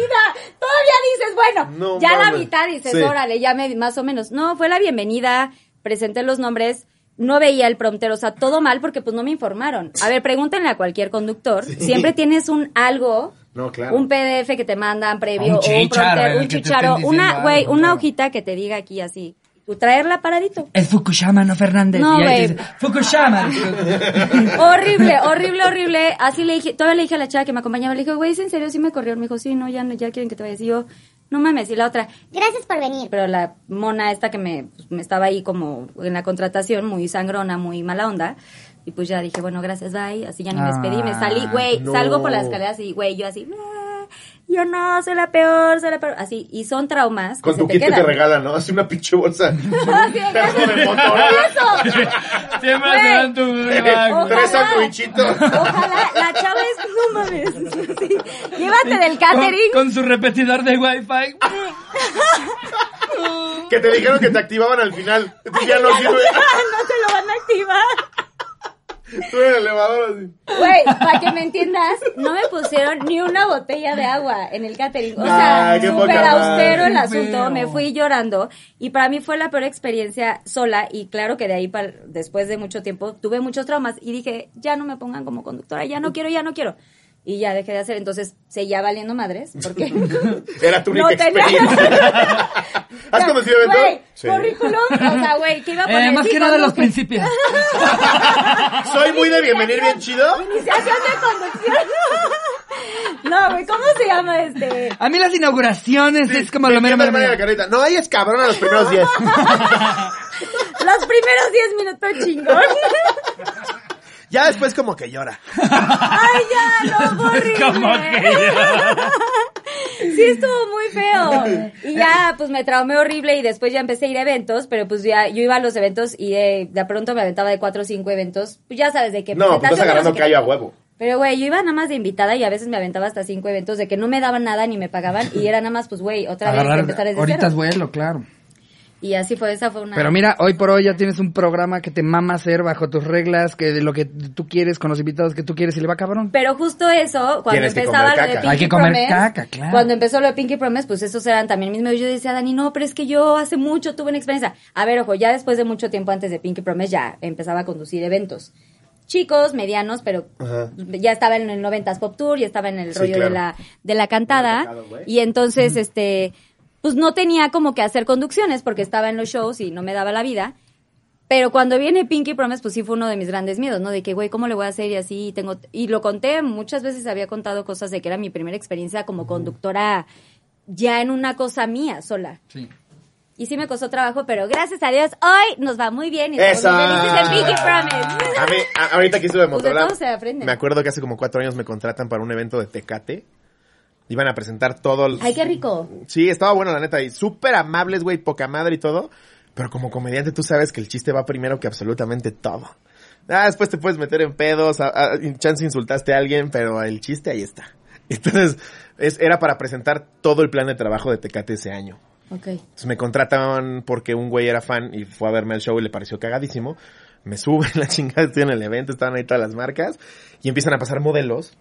Todavía dices, bueno,
No
ya la
mames.
mitad dices,
Sí.
órale, ya me, más o menos. No, fue la bienvenida, presenté los nombres, no veía el prompter, o sea, todo mal porque pues no me informaron. A ver, pregúntenle a cualquier conductor. Siempre tienes un algo.
No, claro.
Un PDF que te mandan previo,
Un
o un
chicharo en
prompter,
el
un
que te
chicharo,
estén diciendo
una,
algo,
güey, una
claro.
hojita que te diga aquí así. Tú traerla paradito.
Es Fukushima, no Fernández.
No,
Y ahí
güey.
dice, Fukushama.
horrible, horrible, horrible. Así le dije, todavía le dije a la chava que me acompañaba, le dije, güey, ¿es en serio? Sí me corrieron. Me dijo, sí, no, ya, no- ya quieren que te vayas. Y yo, no mames, y la otra.
Gracias por venir.
Pero la mona esta que me, pues, me estaba ahí como en la contratación, muy sangrona, muy mala onda. Y pues ya dije, bueno, gracias, bye. Así ya ni me despedí, me salí, güey,
no.
salgo por las escaleras y, güey, yo así, "Ah, yo no, soy la peor, soy la peor. Así, y son traumas. que
Con
se
tu
te
kit que te
quedan.
regalan, ¿no? Hace una pinche bolsa.
Así de,
Perro de
Eso.
Siempre
Güey.
se dan tus
Ojalá.
Tres sandwichitos.
Ojalá, la chava es, no mames, sí. llévate
con,
del catering.
con su repetidor de wifi.
Que te dijeron que te activaban al final. Entonces ya no sirve.
no te lo van a activar.
Tú en el elevador así.
Güey, para que me entiendas, no me pusieron ni una botella de agua en el catering. O sea,
Ay, qué poca
súper austero
madre.
el asunto.
Pero-
Me fui llorando. Y para mí fue la peor experiencia sola. Y claro que de ahí, para, después de mucho tiempo, tuve muchos traumas. Y dije, ya no me pongan como conductora. Ya no quiero, ya no quiero. Y ya dejé de hacer. Entonces, seguía valiendo madres. Porque
Era tu única
No tenía-
experiencia. ¿Has conocido a
Güey,
Beto?
currículum. O sea, güey, que iba a poner.
Eh, más
Sí,
que nada los
conduje.
principios.
Soy muy de bienvenir bien chido.
Iniciación de conducción. No, güey, ¿cómo se llama este?
A mí las inauguraciones es como lo
Me
mero,
llama
mero,
hermana de la
mero.
carreta. No, ahí es cabrón a los primeros días.
Los primeros 10 minutos chingón.
Ya después como que llora.
Ay, ya, no, horrible.
Como
Sí, estuvo muy feo. Y ya, pues me traumé horrible y después ya empecé a ir a eventos, pero pues ya yo iba a los eventos y eh, de pronto me aventaba de 4 o 5 eventos. Pues ya sabes de qué.
No, pues
presentación
estás
de
agarrando
no sé qué.
callo a huevo.
Pero, güey, yo iba nada más de invitada y a veces me aventaba hasta cinco eventos de que no me daban nada ni me pagaban y era nada más, pues, güey, otra vez
Agarrar
empezar desde
ahorita
cero. Ah.
vuelo, claro.
Y así fue, esa fue una...
Pero mira, hoy por hoy ya tienes un programa que te mama hacer bajo tus reglas, que de lo que tú quieres, con los invitados que tú quieres, y le va cabrón.
Pero justo eso, cuando
Tienes que
empezaba
comer
lo de
caca.
Pinky
Hay que comer
Promise,
caca, claro.
cuando empezó lo de Pinky Promise, pues esos eran también mis medios. Yo decía, Dani, no, pero es que yo hace mucho tuve una experiencia. A ver, ojo, ya después de mucho tiempo antes de Pinky Promise ya empezaba a conducir eventos. Chicos, medianos, pero
Ajá.
ya estaba en el 90s Pop Tour, ya estaba en el
Sí,
rollo
claro.
de la de la cantada.
Tocado, güey.
y entonces, este, pues no tenía como que hacer conducciones porque estaba en los shows y no me daba la vida. Pero cuando viene Pinky Promise, pues sí fue uno de mis grandes miedos, ¿no? De que, güey, ¿cómo le voy a hacer? Y así y tengo... Y lo conté, muchas veces había contado cosas de que era mi primera experiencia como conductora ya en una cosa mía sola.
Sí.
Y sí me costó trabajo, pero gracias a Dios, hoy nos va muy bien y estamos
¡Esa!
muy felices en Pinky Promise.
A mí, a- ahorita que hice lo de
Pues de
Motorola,
todo se aprende.
me acuerdo que hace como cuatro años me contratan para un evento de Tecate. Iban a presentar todo. el-
Ay, qué rico.
Sí, estaba bueno, la neta. Y súper amables, güey, poca madre y todo. Pero como comediante tú sabes que el chiste va primero que absolutamente todo. Ah, después te puedes meter en pedos, a, a- chance insultaste a alguien, pero el chiste ahí está. Entonces, es, era para presentar todo el plan de trabajo de Tecate ese año.
Ok.
Entonces me contrataban porque un güey era fan y fue a verme el show y le pareció cagadísimo. Me suben la chingada, estoy en el evento, estaban ahí todas las marcas y empiezan a pasar modelos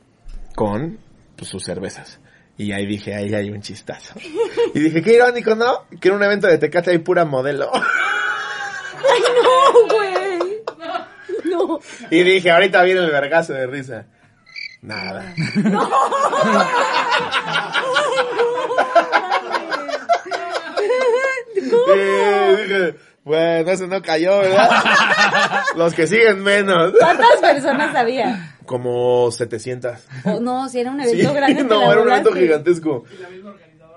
con pues, sus cervezas. Y ahí dije, ahí hay un chistazo. Y dije, qué irónico, ¿no? Que en un evento de Tecate hay pura modelo.
Ay, no, güey. No.
Y dije, ahorita viene el vergazo de risa. Nada. Y dije, bueno, eso no cayó, ¿verdad? Los que siguen menos.
¿Cuántas personas había?
Como 700.
Oh, no, si era un
Sí,
evento grande. te
no,
la
era un evento
volaste.
gigantesco.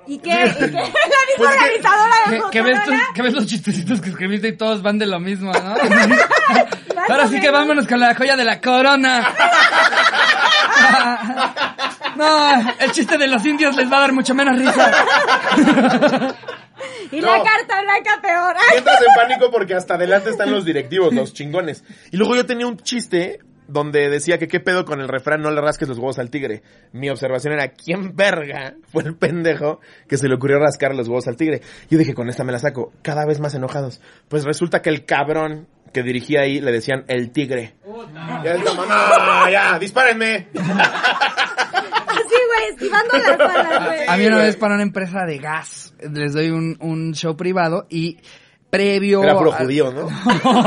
¿Y qué? ¿Y qué? La misma
Pues que-
organizadora de
¿Qué, qué ves tus-
Motorola.
qué ves los chistecitos que escribiste y todos van de lo mismo, no? Ahora sí que vámonos con la joya de la corona. No, el chiste de los indios les va a dar mucho menos risa.
Y
No.
la carta blanca peor. Ay,
Entras en pánico porque hasta adelante están los directivos, los chingones. Y luego yo tenía un chiste donde decía que qué pedo con el refrán no le rasques los huevos al tigre. Mi observación era, ¿quién verga fue el pendejo que se le ocurrió rascar los huevos al tigre? Yo dije, con esta me la saco, cada vez más enojados. Pues resulta que el cabrón que dirigía ahí le decían el tigre. Ya es como, "No, ya, dispárenme.
Así, güey, esquivando las balas, güey.
A mí una
güey.
vez para una empresa de gas les doy un, un show privado y previo...
Era puro
a-
judío, ¿no?
No,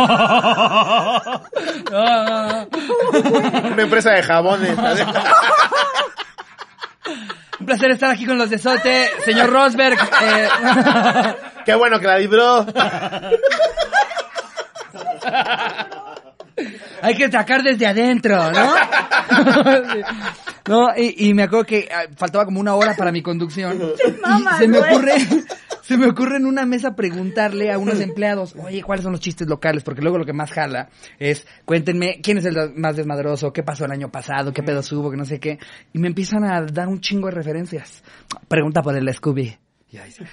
no, no.
Una empresa de jabones.
Un placer estar aquí con los de Sote, señor Rosberg. eh,
Qué bueno que la libró.
hay que atacar desde adentro, ¿no? Sí. No, y, y me acuerdo que ah, faltaba como una hora para mi conducción. Y
mamas,
se me
güey.
ocurre, se me ocurre en una mesa preguntarle a unos empleados, oye, ¿cuáles son los chistes locales? Porque luego lo que más jala es, cuéntenme, ¿quién es el más desmadroso? ¿Qué pasó el año pasado? ¿Qué pedos hubo? Que no sé qué. Y me empiezan a dar un chingo de referencias. Pregunta por el Scooby. Y ahí se-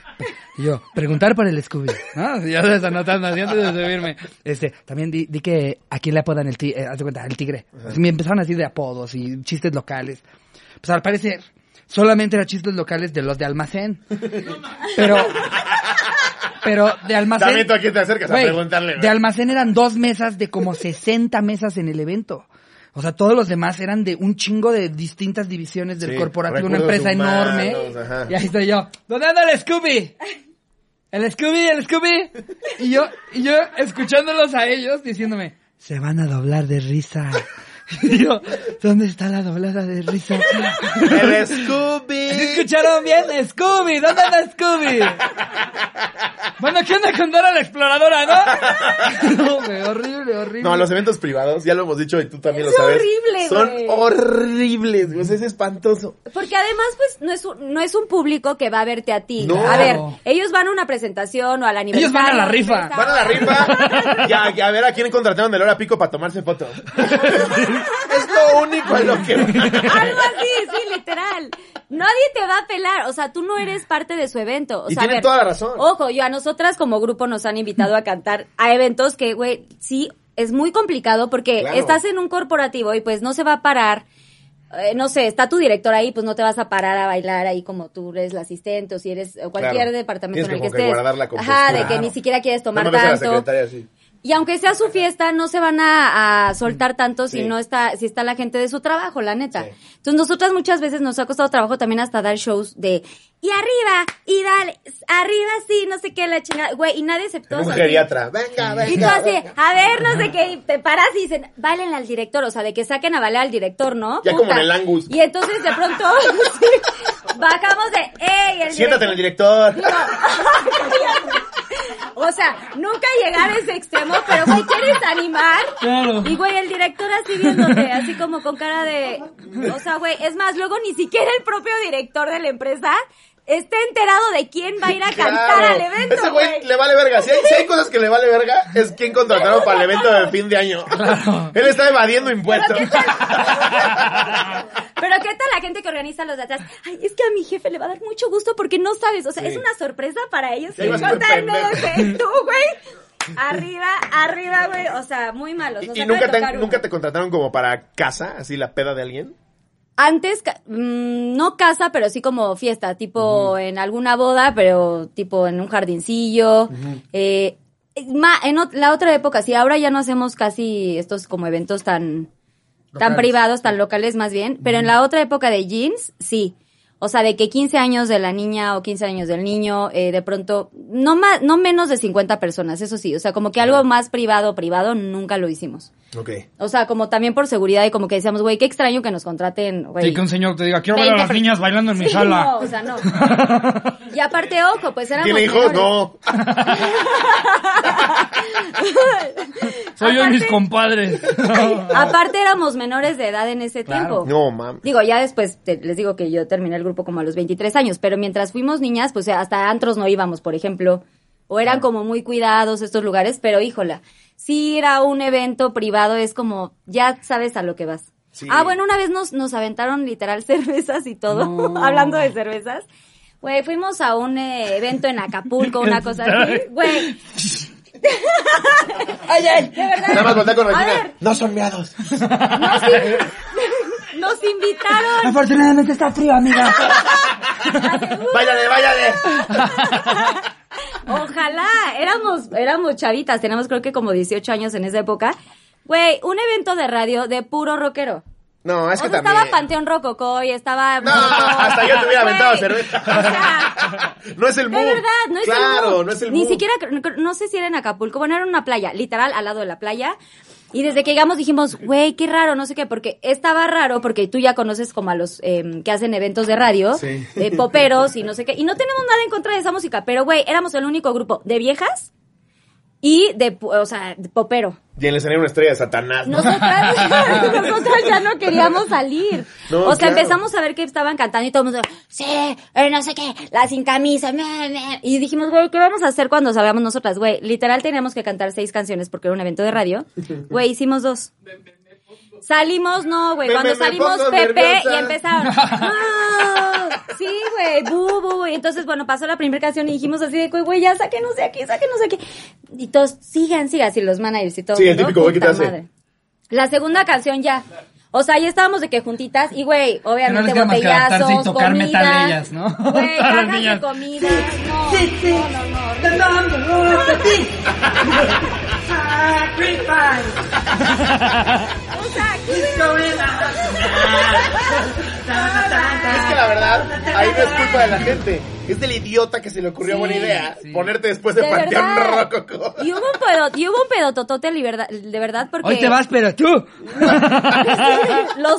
y yo, preguntar por el Scooby. ¿no? Ya les anotando así antes de subirme. Este, también di, di que a quién le apodan el tigre, eh, haz de cuenta, el tigre. Así me empezaron a decir de apodos y chistes locales. Pues al parecer, solamente eran chistes locales de los de almacén. Pero, pero de almacén.
También tú aquí te acercas a
Güey,
preguntarle.
De almacén eran dos mesas de como 60 mesas en el evento. O sea, todos los demás eran de un chingo de distintas divisiones del
Sí,
corporativo, una
recursos
empresa enorme.
humanos, ajá.
Y ahí estoy yo. ¿Dónde anda el Scooby? El Scooby, el Scooby. Y yo, y yo escuchándolos a ellos diciéndome, se van a doblar de risa. Y yo, ¿dónde está la doblada de risa?
El Scooby.
¿Escucharon bien? Scooby, ¿dónde anda Scooby? Bueno, ¿qué onda con Dora la exploradora, no? No, güey, horrible, horrible.
No, los eventos privados, ya lo hemos dicho y tú también lo sabes.
horrible,
Son
güey.
horribles, güey. o sea, Es espantoso.
Porque además, pues, no es, un, no es un público que va a verte a ti.
No.
A ver, ellos van a una presentación o al aniversario.
Ellos van a la
de
rifa.
empresa.
Van a la rifa y a, y a ver a quién contrataron de hora pico para tomarse fotos. es lo único en lo que van.
Algo así, sí, literal. Nadie te va a pelar, o sea, tú no eres parte de su evento. O
Y
sea, a
tienen
ver,
toda la razón.
Ojo, yo a nosotras como grupo nos han invitado a cantar a eventos que, güey, sí, es muy complicado porque
Claro.
estás en un corporativo y pues no se va a parar. eh, no sé, está tu director ahí, pues no te vas a parar a bailar ahí como tú eres la asistente o si eres o cualquier
Claro.
departamento en el
Tienes
que
como que
estés.
guardar la
Ajá, de
compostura.
que ni siquiera quieres tomar
No mames a la
tanto.
secretaria así.
Y aunque sea su fiesta, no se van a, a soltar tanto si
Mm, Sí.
no está, si está la gente de su trabajo, la neta. Entonces nosotras muchas veces nos ha costado trabajo también hasta dar shows de y arriba, y dale, arriba sí, no sé qué, la chingada, güey, y nadie aceptó.
Un geriatra. Venga, venga.
Y tú así,
venga.
a ver, no sé qué, y te paras y dicen, válenle al director, o sea, de que saquen a valer al director, ¿no?
Ya como en el Angus.
Y entonces de pronto bajamos de, ¡ey! El
Siéntate en
director".
el director.
O sea, nunca llegar a ese extremo, pero güey, ¿quieres animar?
Claro.
Y güey, el director así viéndote, así como con cara de... O sea, güey, es más, luego ni siquiera el propio director de la empresa está enterado de quién va a ir a cantar
Claro.
al evento,
Ese
güey.
güey le vale verga. Si hay, si hay cosas que le vale verga, es quien contrataron para el evento de fin de año. Él está evadiendo impuestos.
Pero ¿qué tal la gente que organiza los de atrás? Ay, es que a mi jefe le va a dar mucho gusto porque no sabes, o sea, es una sorpresa para ellos.
Sí, vas a ser pendejo.
Totalmente, tú, güey. Arriba, arriba, güey. O sea, muy malos. o
¿Y,
sea,
y nunca,
acaba de
te,
tocar uno.
nunca te contrataron como para casa, así la peda de alguien?
Antes, ca- mm, no casa, pero sí como fiesta, tipo en alguna boda, pero tipo en un jardincillo. eh, ma- en ot- la otra época, sí, ahora ya no hacemos casi estos como eventos tan, tan
Locales.
privados, tan locales más bien, pero en la otra época de jeans, sí. O sea, de que 15 años de la niña o 15 años del niño, eh, de pronto, no más, no menos de 50 personas, eso sí. O sea, como que algo más privado, privado, nunca lo hicimos.
Ok.
O sea, como también por seguridad y como que decíamos, güey, qué extraño que nos contraten, güey.
Y que un señor te diga, quiero ver a
Veinte
las
per-
niñas bailando en mi
Sí,
sala.
No, o sea, no. Y aparte, ojo, pues éramos.
¿Tiene hijos?
menores.
No.
Soy yo y mis
Aparte-
compadres.
Aparte éramos menores de edad en ese tiempo.
No, mam.
Digo, ya después te- les digo que yo terminé el grupo como a los 23 años, pero mientras fuimos niñas, pues hasta antros no íbamos, por ejemplo, o eran como muy cuidados estos lugares, pero híjola, si ir a un evento privado es como, ya sabes a lo que vas.
Sí.
Ah, bueno, una vez nos, nos aventaron literal cervezas y todo, hablando de cervezas. Güey, fuimos a un eh, evento en Acapulco, una cosa así. Güey, Ay, ay, de verdad.
Nada más voltea con
A
Regina.
ver,
No son miados.
nos, in- nos invitaron.
Afortunadamente está frío, amiga.
Váyale, váyale.
Ojalá, éramos, éramos chavitas, teníamos creo que como 18 años en esa época. Güey, un evento de radio de puro rockero.
No, es
O
que
sea,
también.
estaba Panteón Rococo y estaba...
No, hasta yo te hubiera
Güey,
aventado cerveza.
o sea,
No es el
de
mood.
verdad, no es el
claro,
mood.
no es el
Ni
mood.
siquiera, cre- cre- no sé si era en Acapulco, bueno, era una playa, literal, al lado de la playa. Y desde que llegamos dijimos, güey, qué raro, no sé qué, porque estaba raro, porque tú ya conoces como a los eh, que hacen eventos de radio,
Sí.
eh, poperos y no sé qué. Y no tenemos nada en contra de esa música, pero güey, éramos el único grupo de viejas y de, pu- o sea, de popero.
Y en el escenario una estrella de Satanás. ¿no?
Nosotras, nosotras ya no queríamos salir.
No,
o sea,
claro.
empezamos a ver que estaban cantando y todo el mundo, sí, eh, no sé qué, la sin camisa, me, me". Y dijimos, güey, ¿qué vamos a hacer cuando salgamos nosotras? Güey, literal teníamos que cantar seis canciones porque era un evento de radio. Güey, hicimos dos. Salimos, no, güey.
Me-
Cuando
me- me
salimos,
pongo
Pepe,
nerviosa.
y empezaron. "Ah, Sí, güey, bu, bu, bu". Y Entonces, bueno, pasó la primera canción y dijimos así de, güey, güey, ya sáquenos de aquí, sáquenos de aquí. Y todos, sigan, sigan, y los managers y todo.
Sí, el
mundo,
típico güey que te
puta
hace.
madre. La segunda canción ya. O sea, ya estábamos de que juntitas y, güey, obviamente
Que no les queda más que
botellazos,
adaptarse y tocar
comida.
metal ellas, ¿no? Todas
Güey,
las
cajas de
niñas.
comida. No,
Sí, sí.
no, no, no,
The number of the beast. Sacrifice.
O sea, ¿qué
It's going out.
Es que la verdad, ahí no es culpa de la gente. Es del idiota que se le ocurrió buena idea ponerte después de,
De
Panteón
verdad.
Rococo.
Y hubo un pedo, y hubo un pedototote de verdad, de verdad porque
Hoy te vas, pero tú.
los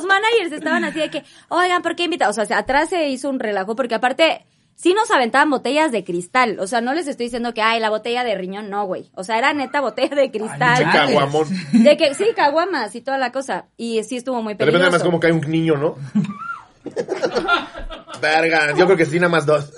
managers estaban así de que, oigan, ¿por qué invita? O sea, atrás se hizo un relajo porque aparte sí nos aventaban botellas de cristal. O sea, no les estoy diciendo que, ay, la botella de riñón, no, güey. O sea, era neta botella de
Pinche
cristal.
caguamón.
de que sí, caguamas y toda la cosa. Y sí estuvo muy
De repente
peligroso.
nada más como cae un niño, ¿no? Verga, yo creo que sí, nada más dos.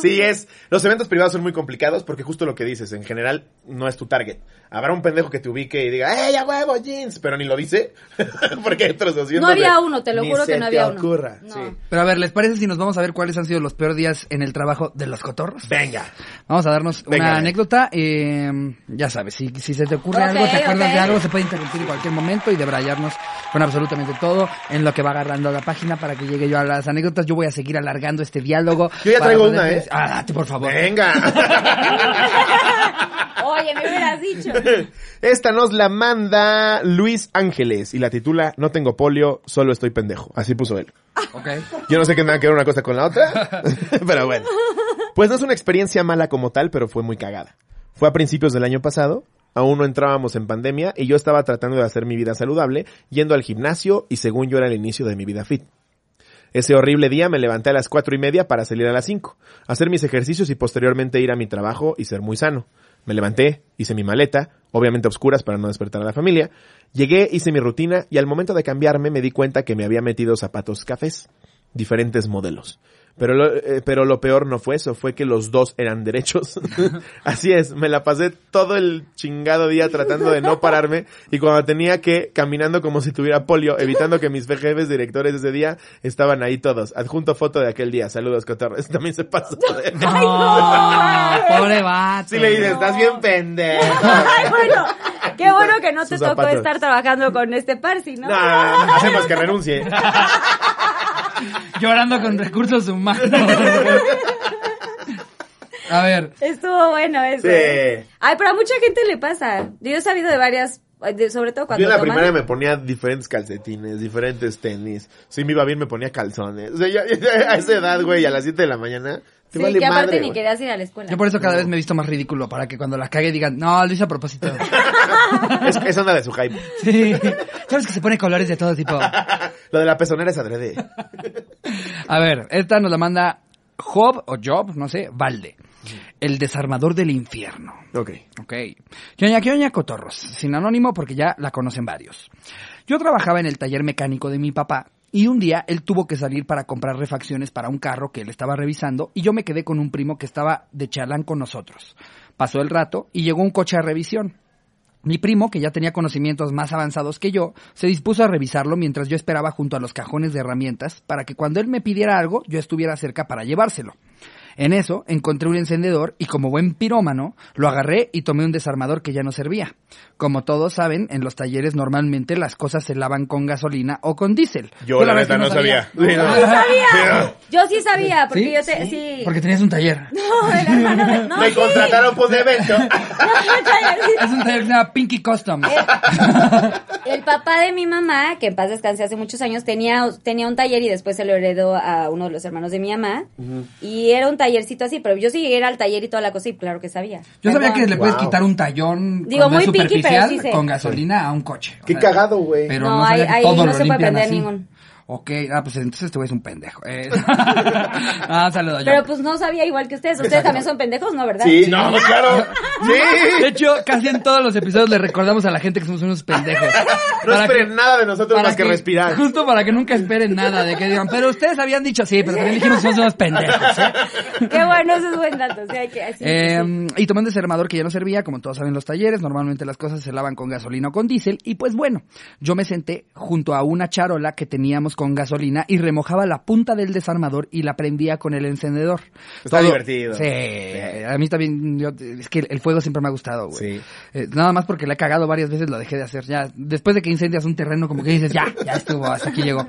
Sí, es. Los eventos privados son muy complicados porque justo lo que dices, en general, no es tu target. Habrá un pendejo que te ubique y diga, ¡eh, ya huevo, jeans! Pero ni lo dice. porque hay otros 200
No había
de,
uno, te lo
"Ni
juro que
se
no había
te
uno".
ocurra.
No.
Sí.
Pero a ver, ¿les parece si nos vamos a ver cuáles han sido los peores días en el trabajo de los cotorros?
Venga.
Vamos a darnos
Venga.
una anécdota. eh, ya sabes, si, si se te ocurre
Ok,
algo, te acuerdas
ok.
de algo, se puede interrumpir en cualquier momento y debrayarnos con absolutamente todo en lo que va agarrando la página para que llegue yo a las anécdotas. Yo voy a seguir alargando este diálogo.
Yo ya
para
traigo
poder-
una, ¿eh?
Ah, date, por favor.
Venga.
Oye, me hubieras dicho.
Esta nos la manda Luis Ángeles y la titula No tengo polio, solo estoy pendejo. Así puso él.
Ok.
Yo no sé qué nada que ver una cosa con la otra, pero bueno. Pues no es una experiencia mala como tal, pero fue muy cagada. Fue a principios del año pasado, aún no entrábamos en pandemia y yo estaba tratando de hacer mi vida saludable, yendo al gimnasio y según yo era el inicio de mi vida fit. Ese horrible día me levanté a las cuatro y media para salir a las cinco, hacer mis ejercicios y posteriormente ir a mi trabajo y ser muy sano. Me levanté, hice mi maleta, obviamente a obscuras para no despertar a la familia, llegué, hice mi rutina y al momento de cambiarme me di cuenta que me había metido zapatos cafés, diferentes modelos. Pero lo, eh, pero lo peor no fue eso, fue que los dos eran derechos. Así es, me la pasé todo el chingado día tratando de no pararme y cuando tenía que, caminando como si tuviera polio, evitando que mis jefes directores ese día estaban ahí todos. Adjunto foto de aquel día. Saludos, Cotorro. Eso también se pasó. de-
No, Ah, pobre vato.
Sí le dices, estás bien pendejo.
Ay, bueno, qué bueno que no te
Sus
tocó
zapatos.
estar trabajando con este Parsi, ¿no?
No, hacemos que renuncie.
Llorando con recursos humanos.
A ver.
Estuvo bueno eso.
Sí.
Ay, pero a mucha gente le pasa. Yo he sabido de varias, de- sobre todo cuando
Yo en la
toman.
primaria me ponía diferentes calcetines, diferentes tenis. Si me iba bien me ponía calzones. O sea, yo- a esa edad, güey, a las 7 de la mañana. Te
Sí,
vale
que aparte
madre,
ni
güey.
querías ir a la escuela.
Yo por eso cada vez me he visto más ridículo, para que cuando la cague digan, no, lo hice a propósito.
Es, es onda de su hype.
Sí. Sabes que se pone colores de todo tipo.
Lo de la pezonera es adrede.
A ver, esta nos la manda Job o Job, no sé, Valde. El desarmador del infierno.
Ok.
Ok. ¿Qué oña, qué oña, cotorros? Sin anónimo porque ya la conocen varios. Yo trabajaba en el taller mecánico de mi papá y un día él tuvo que salir para comprar refacciones para un carro que él estaba revisando y yo me quedé con un primo que estaba de charlán con nosotros. Pasó el rato y llegó un coche a revisión. Mi primo, que ya tenía conocimientos más avanzados que yo, se dispuso a revisarlo mientras yo esperaba junto a los cajones de herramientas para que cuando él me pidiera algo yo estuviera cerca para llevárselo. En eso encontré un encendedor y como buen pirómano lo agarré y tomé un desarmador que ya no servía. Como todos saben, en los talleres normalmente las cosas se lavan con gasolina o con diésel.
Yo, la neta,
verdad
no sabía.
Yo sabía. Yo sí sabía, porque yo te, sí.
Porque tenías un taller.
No, el hermano de- no,
Me
sí.
contrataron por un evento.
Es un taller que se llama Pinky Customs.
El papá de mi mamá, que en paz descanse hace muchos años, tenía, tenía un taller y después se lo heredó a uno de los hermanos de mi mamá. Y era un tallercito así, pero yo sí llegué al taller y toda la cosa y claro que sabía.
Yo sabía que le puedes
Wow.
quitar un tallón
Digo,
cuando es
muy picky, pero
superficial
sí se-
con gasolina a un coche. O
Qué
sea,
cagado, güey.
Pero
No,
no, sabía
ahí-
que
ahí
todo
no
lo
se puede
limpian
prender
así.
ningún.
Ok, ah, pues entonces este güey es un pendejo. Eh, ah, saludos.
Pero pues no sabía igual que ustedes. Ustedes también son pendejos, ¿no? ¿Verdad?
Sí, no, claro.
De
Sí.
hecho, casi en todos los episodios le recordamos a la gente que somos unos pendejos.
No
Para
esperen
que-
nada de nosotros más que, respirar.
Justo para que nunca esperen nada de que digan, pero ustedes habían dicho sí, pero también dijimos que somos unos pendejos. ¿eh?
Qué bueno, eso es buen dato. sí, hay que- así-
Eh, y tomando ese armador que ya no servía, como todos saben los talleres, normalmente las cosas se lavan con gasolina o con diésel, y pues bueno, yo me senté junto a una charola que teníamos con gasolina y remojaba la punta del desarmador y la prendía con el encendedor.
Está divertido.
Sí, a mí también, yo- es que el fuego siempre me ha gustado, güey.
Sí.
Eh, nada más porque le he cagado varias veces, lo dejé de hacer. Ya, después de que incendias un terreno, como que dices, ya, ya estuvo, hasta aquí llegó.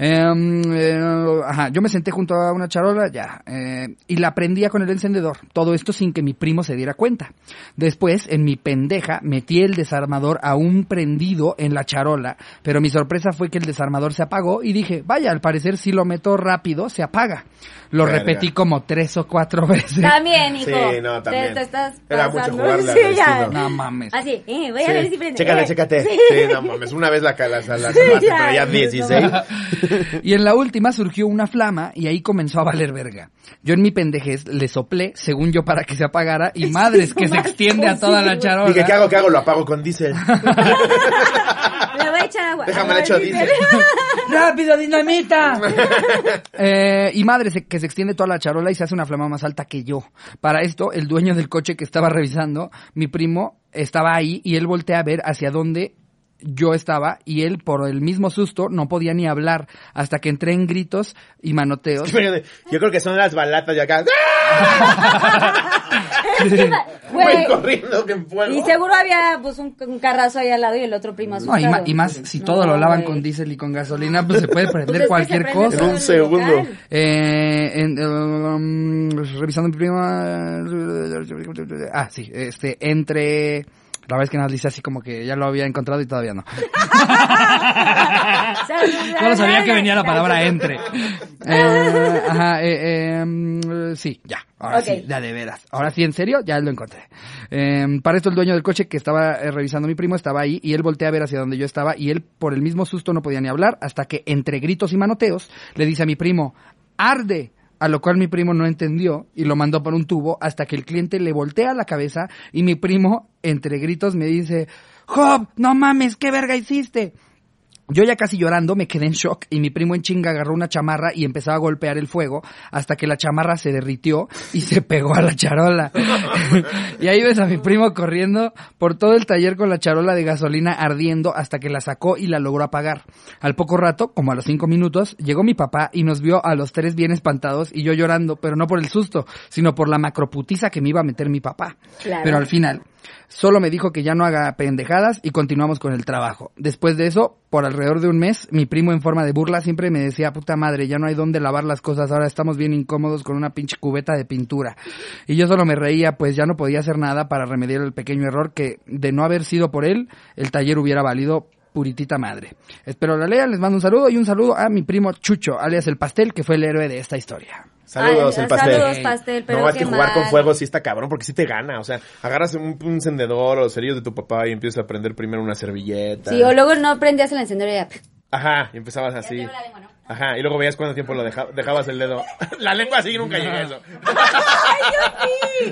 Em, eh, ajá, yo me senté junto a una charola, ya, eh, y la prendía con el encendedor. Todo esto sin que mi primo se diera cuenta. Después, en mi pendeja, metí el desarmador aún prendido en la charola, pero mi sorpresa fue que el desarmador se apagó y dije, vaya, al parecer si lo meto rápido, se apaga. Lo
Verga.
repetí como tres o cuatro veces.
También, hijo.
Sí, no,
Te-
también.
te estás
Era mucho
pasando.
jugarle al
Sí, ya.
destino.
No mames.
Así, eh, voy a ver si prende.
Chécate,
eh.
chécate.
Sí.
Sí, no mames. Una vez la calas a la cerraste,
ya.
pero ya 16.
Y en la última surgió una flama y ahí comenzó a valer verga. Yo en mi pendejez le soplé, según yo, para que se apagara y madres que se extiende a toda la charola.
Dije, ¿qué hago? ¿Qué hago? Lo apago con diésel.
Le voy a echar agua.
Déjame le
A ver
echo
si
diésel.
¡Rápido, dinamita! Eh, y madre, se- que se extiende toda la charola y se hace una flama más alta que yo. Para esto, el dueño del coche que estaba revisando, mi primo, estaba ahí y él voltea a ver hacia dónde yo estaba y él, por el mismo susto, no podía ni hablar hasta que entré en gritos y manoteos.
Yo creo que son las balatas de acá. ¡Ah! Voy
Güey.
corriendo que en
Y
fuego.
seguro había pues un, un carrazo ahí al lado y el otro primo
No,
asustado.
y, ma- y más si todo lo lavan con
diésel.
diésel y con gasolina, pues se puede prender cualquier
En
cosa.
un segundo.
Eh, en, um, revisando mi prima. Ah, sí, este, entre. La vez que nos dice así como que ya lo había encontrado y todavía no. No lo sabía que venía la palabra entre. Eh, ajá, eh, eh, mm, sí, ya. Ahora sí,
Ok.
ya de veras. Ahora sí, en serio, ya lo encontré. Eh, para esto el dueño del coche que estaba eh, revisando mi primo estaba ahí y él voltea a ver hacia donde yo estaba y él por el mismo susto no podía ni hablar hasta que entre gritos y manoteos le dice a mi primo, arde. A lo cual mi primo no entendió y lo mandó por un tubo hasta que el cliente le voltea la cabeza y mi primo entre gritos me dice, Job, no mames, qué verga hiciste. Yo ya casi llorando me quedé en shock y mi primo en chinga agarró una chamarra y empezó a golpear el fuego hasta que la chamarra se derritió y se pegó a la charola. y ahí ves a mi primo corriendo por todo el taller con la charola de gasolina ardiendo hasta que la sacó y la logró apagar. Al poco rato, como a los cinco minutos, llegó mi papá y nos vio a los tres bien espantados y yo llorando, pero no por el susto, sino por la macroputiza que me iba a meter mi papá.
Claro.
Pero al final, solo me dijo que ya no haga pendejadas y continuamos con el trabajo. Después de eso, por alrededor de un mes, mi primo en forma de burla siempre me decía, puta madre, ya no hay dónde lavar las cosas, ahora estamos bien incómodos con una pinche cubeta de pintura. Y yo solo me reía, pues ya no podía hacer nada para remediar el pequeño error que, de no haber sido por él, el taller hubiera valido puritita madre. Espero la lean, les mando un saludo y un saludo a mi primo Chucho, alias el pastel, que fue el héroe de esta historia.
Saludos,
Ay,
el pastel.
saludos, pastel, pero
no, es
qué
que jugar
mal.
con fuego sí está cabrón, porque sí te gana. O sea, agarras un, un encendedor o los cerillos de tu papá y empiezas a prender primero una servilleta.
Sí, o luego no prendías el encendedor y ya.
Ajá, y empezabas así.
tengo la lengua, ¿no?
Ajá, y luego veías cuánto tiempo lo deja- dejabas el dedo. la lengua así nunca llegué a eso.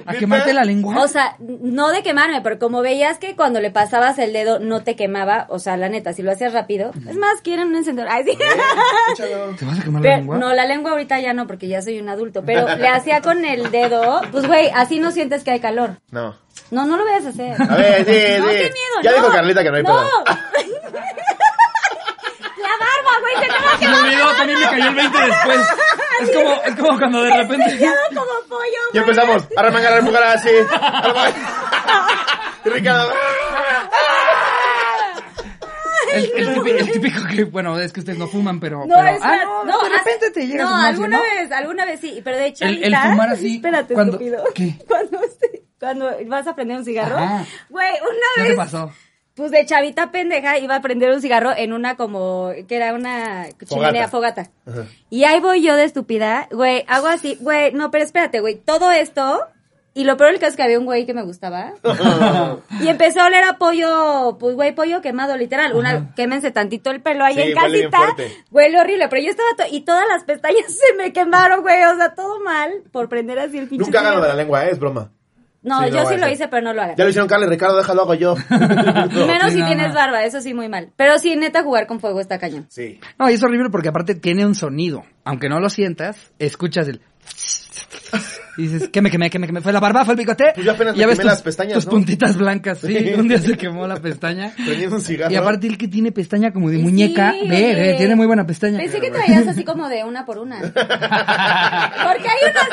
¿A quemarte la lengua?
O sea, no de quemarme, pero como veías que cuando le pasabas el dedo no te quemaba, o sea, la neta, si lo hacías rápido, es más, quieren un encendedor. Ay,
¿Eh?
sí.
¿Te vas a quemar la
Pero-
lengua?
no, la lengua ahorita ya no, porque ya soy un adulto, pero le hacía con el dedo, pues güey, así no sientes que hay calor.
No.
No, no lo vayas a hacer.
A ver, sí,
no,
sí.
qué miedo,
ya
no.
dijo Carlita que no hay
no.
pedo.
La barba, güey, se te va a
Se me olvidó, también me cayó el 20 después. Es como, es como cuando de repente...
quedar como
Ya empezamos. Arremangar, arremangar, así. Arremangar. Y Ricardo.
El, el típi- el típico, que, bueno, es que ustedes no fuman, pero.
No,
pero-
es
ah,
la-
no, de repente
hace-
te llega
No,
su nausea,
alguna
¿no?
vez, alguna vez sí, pero de hecho
El- el fumar así,
Espérate,
cuando-
estúpido.
¿qué?
Cuando, este- cuando vas a prender un cigarro.
Ajá.
Güey,
¿no
una
te
vez.
pasó?
Pues de chavita pendeja iba a prender un cigarro en una como, que era una chimenea fogata. Y ahí voy yo de estúpida, güey, hago así, güey, no, pero espérate, güey, todo esto, y lo peor del caso es que había un güey que me gustaba, y empezó a oler a pollo, pues güey, pollo quemado, literal, una, quémense tantito el pelo ahí
Sí,
en
huele bien
casita,
fuerte.
huele horrible, pero yo estaba, to- y todas las pestañas se me quemaron, güey, o sea, todo mal, por prender así el pinche
Nunca hagan lo de la
cigarro.
lengua, ¿eh? es broma.
No,
Sí, no
yo
va
sí
a
lo
ser.
hice, pero no lo hagan.
Ya lo hicieron Carla y Ricardo, déjalo hago yo.
Y menos
Sí,
si
no,
tienes
no.
barba, eso sí muy mal. Pero sí, neta, jugar con fuego está cañón.
Sí.
No, y es horrible porque aparte tiene un sonido. Aunque no lo sientas, escuchas el... Y dices, que me quemé, que me quemé. ¿Fue la barba? ¿Fue el bigote?
Pues yo apenas
Y
me
ves
quemé las pestañas,
Tus
¿no?
puntitas blancas, sí. Un día se quemó la pestaña.
Prendiendo un cigarro.
Y aparte el que tiene pestaña como de
Sí,
muñeca, ve,
oye.
ve, tiene muy buena pestaña.
Pensé que traías así como de una por una. Porque hay unas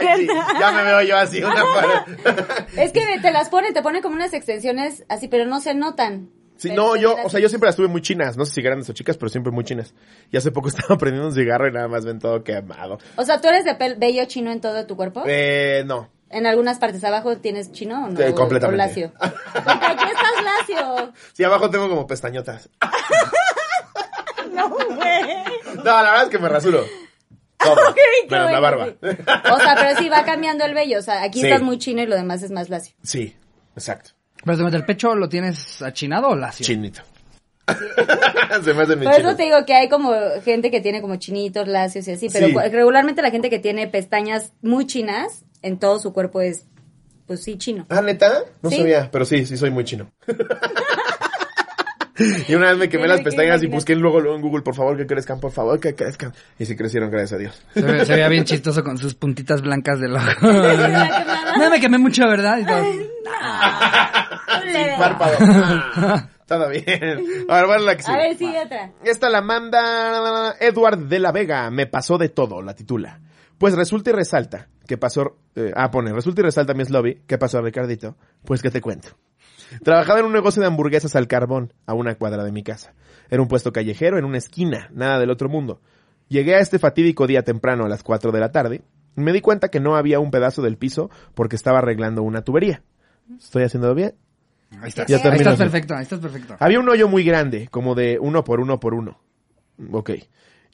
Ay, sí, ya me veo yo así, una pared.
Es que te las pone, te pone como unas extensiones así, pero no se notan.
Sí,
Pero
no,
se
yo,
ven
o sea,
así.
yo siempre las tuve muy chinas, no sé si grandes o chicas, pero siempre muy chinas. Y hace poco estaba prendiendo un cigarro y nada más ven todo quemado.
O sea, ¿tú eres de pel- vello chino en todo tu cuerpo?
Eh, no.
¿En algunas partes abajo tienes chino o no?
Eh, completamente.
¿O lacio? Porque aquí estás lacio.
Sí, abajo tengo como pestañotas.
No, güey.
No, la verdad es que me rasuro. Todo,
Ok, qué
pero la
bueno,
barba.
sí. O sea, pero sí va cambiando el vello. O sea, aquí
Sí.
estás muy chino y lo demás es más lacio.
Sí, exacto.
Pero el pecho lo tienes achinado o lacio.
Chinito. Se me hace mi
Por eso
chino.
te digo que hay como gente que tiene como chinitos, lacios y así, pero
Sí.
cu- regularmente la gente que tiene pestañas muy chinas en todo su cuerpo es, pues sí, chino.
Ah, neta, no
Sí.
sabía, pero sí, sí soy muy chino. y una vez me quemé
Sí,
las
me
pestañas y
imagino.
busqué luego, luego en Google, por favor, que crezcan, por favor, que crezcan. Y sí crecieron, gracias a Dios.
Se, ve- se veía bien chistoso con sus puntitas blancas de loco.
la quemada.
no me quemé mucho, ¿verdad? Y todo.
Leve.
Sin párpado. Ah, todo bien. A ver, vale la que
A
sigue.
ver, sí, otra.
Esta la manda Edward de la Vega. Me pasó de todo, la titula. Pues resulta y resalta que pasó... eh, ah, pone, resulta y resalta, Miss Lobby, que pasó, Ricardito. Pues que te cuento. Trabajaba en un negocio de hamburguesas al carbón, a una cuadra de mi casa. Era un puesto callejero en una esquina, nada del otro mundo. Llegué a este fatídico día temprano a las 4 de la tarde. y Me di cuenta que no había un pedazo del piso porque estaba arreglando una tubería. ¿Estoy haciendo bien?
Ahí estás.
Ya Ah,
Ahí
terminas,
estás
¿no?
perfecto, ahí estás perfecto.
Había un hoyo muy grande, como de uno por uno por uno. Ok.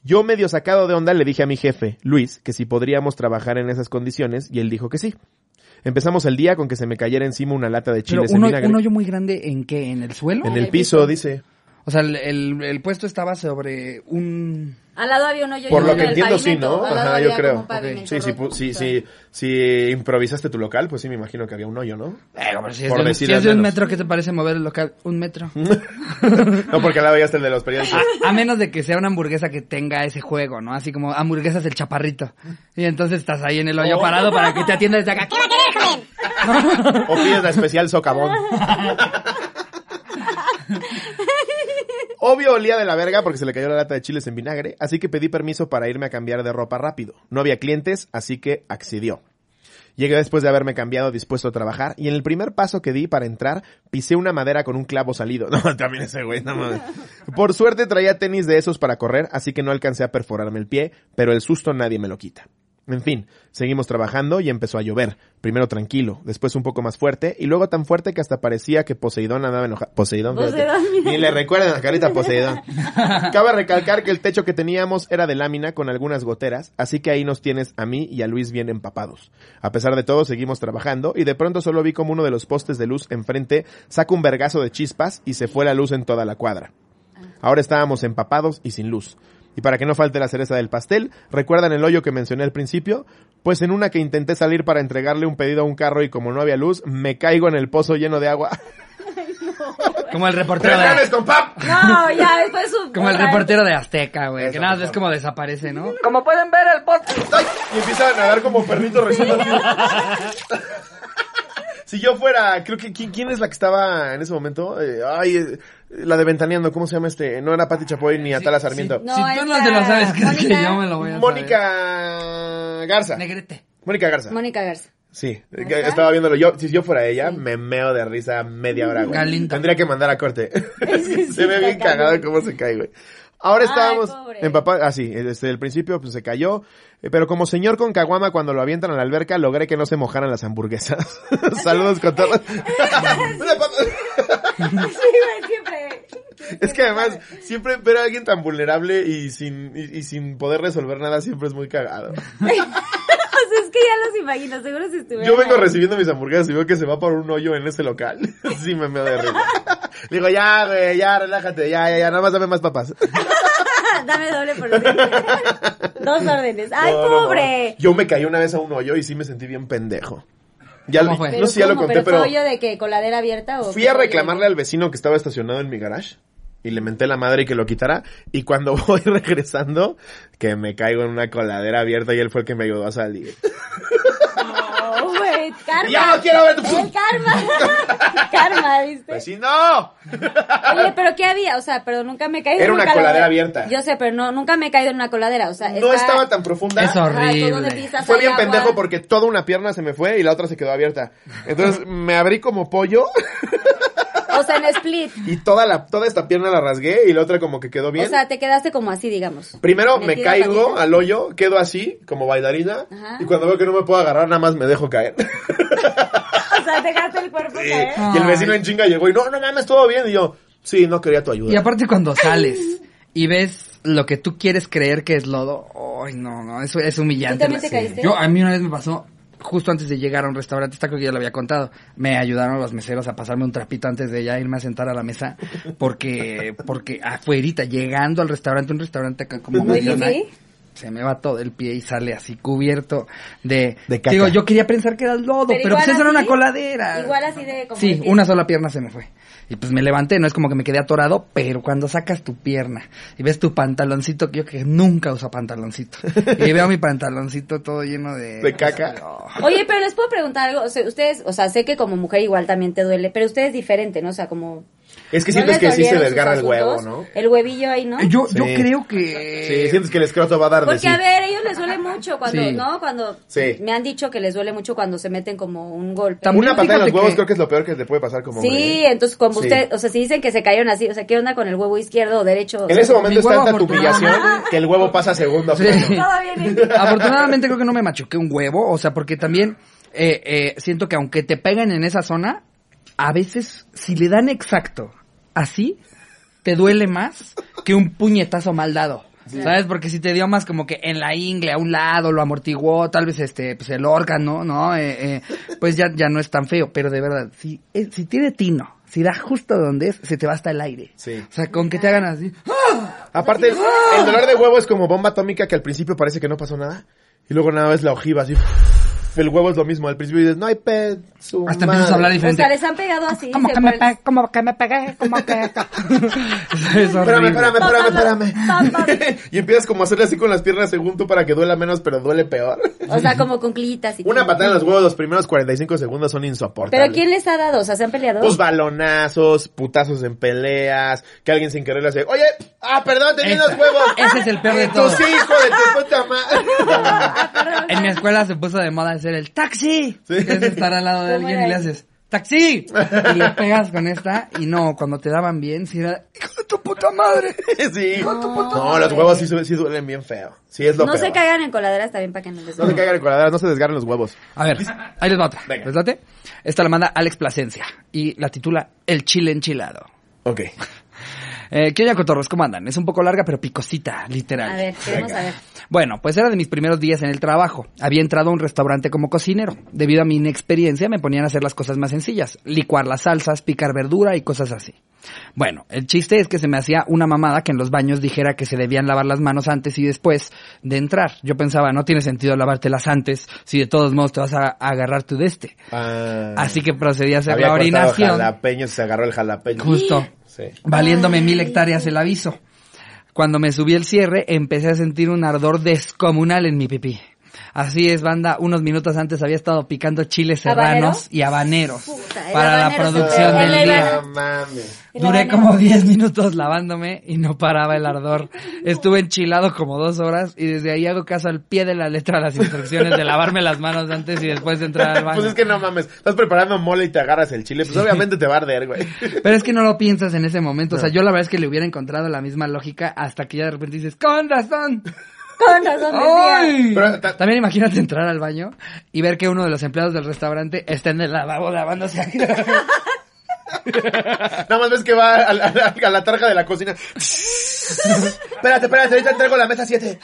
Yo medio sacado de onda le dije a mi jefe, Luis, que si podríamos trabajar en esas condiciones, y él dijo que sí. Empezamos el día con que se me cayera encima una lata de
Pero
chiles
uno,
en vinagre.
un hoyo muy grande en qué, en el suelo.
en
en
el
el
piso, dice.
O sea, el, el- el puesto estaba sobre un...
Al lado había un hoyo. y
Por
un
lo
hoyo
que
en el
entiendo, sí,
pavimento.
¿no?
Al lado
Ajá,
había
yo creo.
como un pavimento
Sí, sí,
roto.
pu- sí, sí. Si improvisaste tu local, pues sí, me imagino que había un hoyo, ¿no?
Pero eh, si es,
Por
de, un-
decir
si
al
es de un
menos. Mm.
metro, ¿qué te parece mover el local? Un metro.
no, porque al lado ya está el de los periódicos.
A menos de que sea una hamburguesa que tenga ese juego, ¿no? Así como hamburguesas el chaparrito. Y entonces estás ahí en el
Oh.
hoyo parado para que te atienda desde acá.
O pides la especial socavón. Obvio olía de la verga porque se le cayó la lata de chiles en vinagre, así que pedí permiso para irme a cambiar de ropa rápido. No había clientes, así que accedió. Llegué después de haberme cambiado dispuesto a trabajar y en el primer paso que di para entrar pisé una madera con un clavo salido. No, también ese güey, no mames. Por suerte traía tenis de esos para correr, así que no alcancé a perforarme el pie, pero el susto nadie me lo quita. En fin, seguimos trabajando y empezó a llover. Primero tranquilo, después un poco más fuerte y luego tan fuerte que hasta parecía que Poseidón andaba enojado. Poseidón, fíjate.
Poseidón.
Ni le recuerdan a Carita Poseidón. Cabe recalcar que el techo que teníamos era de lámina con algunas goteras, así que ahí nos tienes a mí y a Luis bien empapados. A pesar de todo, seguimos trabajando y de pronto solo vi como uno de los postes de luz enfrente saca un vergazo de chispas y se fue la luz en toda la cuadra. Ahora estábamos empapados y sin luz. Y para que no falte la cereza del pastel, ¿recuerdan el hoyo que mencioné al principio? Pues en una que intenté salir para entregarle un pedido a un carro y como no había luz, me caigo en el pozo lleno de agua.
Como el reportero de,
¡Reganes con pap!
No, ya, después su-
como el
o sea,
reportero de Azteca, güey. Que
Eso,
nada
por
más es
favor.
como desaparece, ¿no?
Como pueden ver, el podcast.
¡Ay! Y empieza a nadar como perrito recién nacido. Si yo fuera, creo que ¿quién, quién es la que estaba en ese momento? Eh, ay, eh, la de Ventaneando, ¿cómo se llama este? No era Pati Chapoy ni Atala Sarmiento.
No,
si tú no
esta-
te lo sabes, ¿crees que
Mónica.
yo me lo voy a saber?
Mónica Garza.
Negrete.
Mónica Garza.
Mónica Garza.
Sí, que
Garza.
estaba viéndolo. Yo, si yo fuera ella, me meo de risa media hora, güey.
Galinda.
Tendría que mandar a corte.
Sí, sí,
se ve
está
bien
cañón.
cagado cómo se cae, güey. Ahora
Ay,
estábamos
pobre.
en papá, ah sí, desde el principio pues se cayó, Eh, pero como señor con caguama cuando lo avientan a la alberca logré que no se mojaran las hamburguesas. Saludos con todos. Una pata-
Sí, siempre.
es que además siempre ver a alguien tan vulnerable y sin y, y sin poder resolver nada siempre es muy cagado.
o sea, es que ya los imagino, seguro si estuviera.
Yo vengo recibiendo mis hamburguesas y veo que se va por un hoyo en ese local. Sí, me meo de risa. Le digo, ya, güey, ya, relájate, ya, ya, ya, nada más dame más papas.
Dame doble por los dientes. Dos órdenes. ¡Ay,
No, no, no.
pobre!
Yo me caí una vez a un hoyo y sí me sentí bien pendejo. Ya,
¿Cómo fue?
No sé si ya lo
¿cómo?
conté, pero,
¿Fue hoyo de que coladera abierta o
fui
qué
a
rollo?
reclamarle al vecino que estaba estacionado en mi garage y le menté la madre que lo quitara y cuando voy regresando que me caigo en una coladera abierta y él fue el que me ayudó a salir.
No, güey, karma.
¡Ya no quiero ver tu... Pues
El karma. karma, ¿viste?
¡Vecino!
Oye, pero ¿qué había? O sea, pero nunca me caí.
Era
nunca
una
lo-
coladera abierta.
Yo sé, pero no, nunca me he caído en una coladera. O sea,
No estaba tan profunda.
Eso.
Ajá, tú donde
horrible.
pisas
Fue
hay
bien
agua.
pendejo porque toda una pierna se me fue y la otra se quedó abierta. Entonces me abrí como pollo
O sea, en split.
y toda la toda esta pierna la rasgué y la otra como que quedó bien.
O sea, te quedaste como así, digamos.
Primero me
metida
caigo
también.
al hoyo, quedo así como bailarina
Ajá.
y cuando veo que no me puedo agarrar nada más me dejo caer.
O sea, dejaste el cuerpo caer.
Y el vecino en chinga llegó y no, no mames, todo bien y yo, sí, no quería tu ayuda.
Y aparte cuando sales y ves lo que tú quieres creer que es lodo, ay no, no, eso es humillante.
¿Tú también te
Sí.
caíste?
Yo a mí una vez me pasó justo antes de llegar a un restaurante, esta creo que ya lo había contado, me ayudaron los meseros a pasarme un trapito antes de ya irme a sentar a la mesa porque porque afuerita llegando al restaurante, un restaurante acá como
Muy
medio
fifí.
nice, se me va todo el pie y sale así cubierto de,
De caca.
digo, yo quería pensar que era lodo, pero,
igual
pues esa era
así,
una coladera.
Igual así de como.
Sí,
de-
una sola pierna se me fue. Y pues me levanté, no es como que me quedé atorado, pero cuando sacas tu pierna y ves tu pantaloncito, que yo que nunca uso pantaloncito, y veo mi pantaloncito todo lleno de...
De caca.
Oh.
Oye, pero les puedo preguntar algo. O sea, ustedes, o sea, sé que como mujer igual también te duele, pero ustedes diferente, ¿no? O sea, como.
es que
¿no
sientes
les
que sí se
dolieron sus
desgarra el huevo,
asuntos?
¿no?
El huevillo ahí, ¿no?
Yo, yo
Sí.
creo que...
Sí, sientes que el escroto va a dar de
Porque
sí.
a ver, ellos les duele mucho cuando,
Sí.
¿no? Cuando
Sí.
me han dicho que les duele mucho cuando se meten como un golpe.
También
Una patada en
fíjate
los huevos
que-
creo que es lo peor que te puede pasar como
Sí,
hombre. ¿eh?
entonces como
Sí.
usted, o sea, si dicen que se cayeron así, o sea, ¿qué onda con el huevo izquierdo o derecho? O
En
sea,
ese momento
Mi
es
huevo
tanta tu
afortunado.
humillación que el huevo pasa a segundo
Sí.
plano.
todo bien.
Afortunadamente creo que no me machuqué un huevo, o sea, porque también eh, eh, siento que aunque te peguen en esa zona, a veces si le dan exacto así, te duele más que un puñetazo mal dado. ¿Sabes? Porque si te dio más como que en la ingle, a un lado, lo amortiguó, tal vez este, pues el órgano, ¿no? Eh, eh, pues ya, ya no es tan feo, pero de verdad, si, eh, si tiene tino, si da justo donde es, se te va hasta el aire.
Sí.
O sea, con que te hagan así.
Aparte, el, el dolor de huevo es como bomba atómica que al principio parece que no pasó nada. Y luego nada más la ojiva así. El huevo es lo mismo. Al principio dices, no hay pez. su
Hasta empiezas a
madre".
hablar
O
diferente.
sea, les han pegado así.
como
se
que me
fue-
pegué, como que me pegué, como que... es
Espérame,
horrible.
espérame, espérame, espérame.
Papá,
y empiezas como a hacerle así con las piernas según tú para que duela menos, pero duele peor.
O sea, como con clitas y
Una
todo.
patada en los huevos los primeros 45 segundos son insoportables.
Pero ¿quién les ha dado? O sea, ¿se han peleado?
Pues balonazos, putazos en peleas, que alguien sin querer le hace, oye, ah, perdón, tenía
Esa-
los huevos.
ese es el peor de
Tus
todos.
hijos de tu puta madre.
Ah, perdón.
En mi escuela se puso de moda hacer el taxi.
Sí.
Que es estar al lado de
¿Cómo
alguien
era
y le
eso?
haces taxi. Y le pegas con esta y no, cuando te daban bien, si era hijo de tu puta madre.
sí. No, los huevos sí, su- sí duelen bien feo. Sí, es lo
no
peor.
se caigan en coladeras también para que no les
No se caigan en coladeras, no se desgarren los huevos.
A ver, ahí les va otra.
Venga.
¿Les late? Esta la manda Alex Plasencia y la titula El chile enchilado.
Ok.
Eh, ¿Qué onda, cotorros? ¿Cómo andan? Es un poco larga, pero picosita, literal.
A ver, queremos
Venga.
saber.
Bueno, pues era de mis primeros días en el trabajo. Había entrado a un restaurante como cocinero. Debido a mi inexperiencia me ponían a hacer las cosas más sencillas, licuar las salsas, picar verdura y cosas así. Bueno, el chiste es que se me hacía una mamada que en los baños dijera que se debían lavar las manos antes y después de entrar. Yo pensaba, no tiene sentido lavártelas antes si de todos modos te vas a, a agarrar tu de este.
Ah,
Así que procedí a hacer
había
la
cortado
orinación.
jalapeño, se agarró el jalapeño.
Justo.
Sí.
Valiéndome mil hectáreas el aviso. Cuando me subí el cierre, empecé a sentir un ardor descomunal en mi pipí. Así es, banda. Unos minutos antes había estado picando chiles serranos
¿Habaneros?
y habaneros
Puta, el
para la
habanero se
producción
ve.
del
El
día.
habanero.
No mames.
El
Duré
habanero.
como 10 minutos lavándome y no paraba el ardor. Estuve enchilado como dos horas y desde ahí hago caso al pie de la letra a las instrucciones de lavarme las manos antes y después de entrar al baño.
Pues es que no mames. Estás preparando mole y te agarras el chile. Pues obviamente te va a arder, güey.
Pero es que no lo piensas en ese momento. O sea, yo la verdad es que le hubiera encontrado la misma lógica hasta que ya de repente dices, ¡con razón!
Con razón decía.
¡Ay!
Pero ta-
También imagínate entrar al baño y ver que uno de los empleados del restaurante está en el lavabo lavándose. aquí.
Nada más ves que va a, la- a la- a la tarja de la cocina. espérate, espérate, ahorita entrego la mesa 7.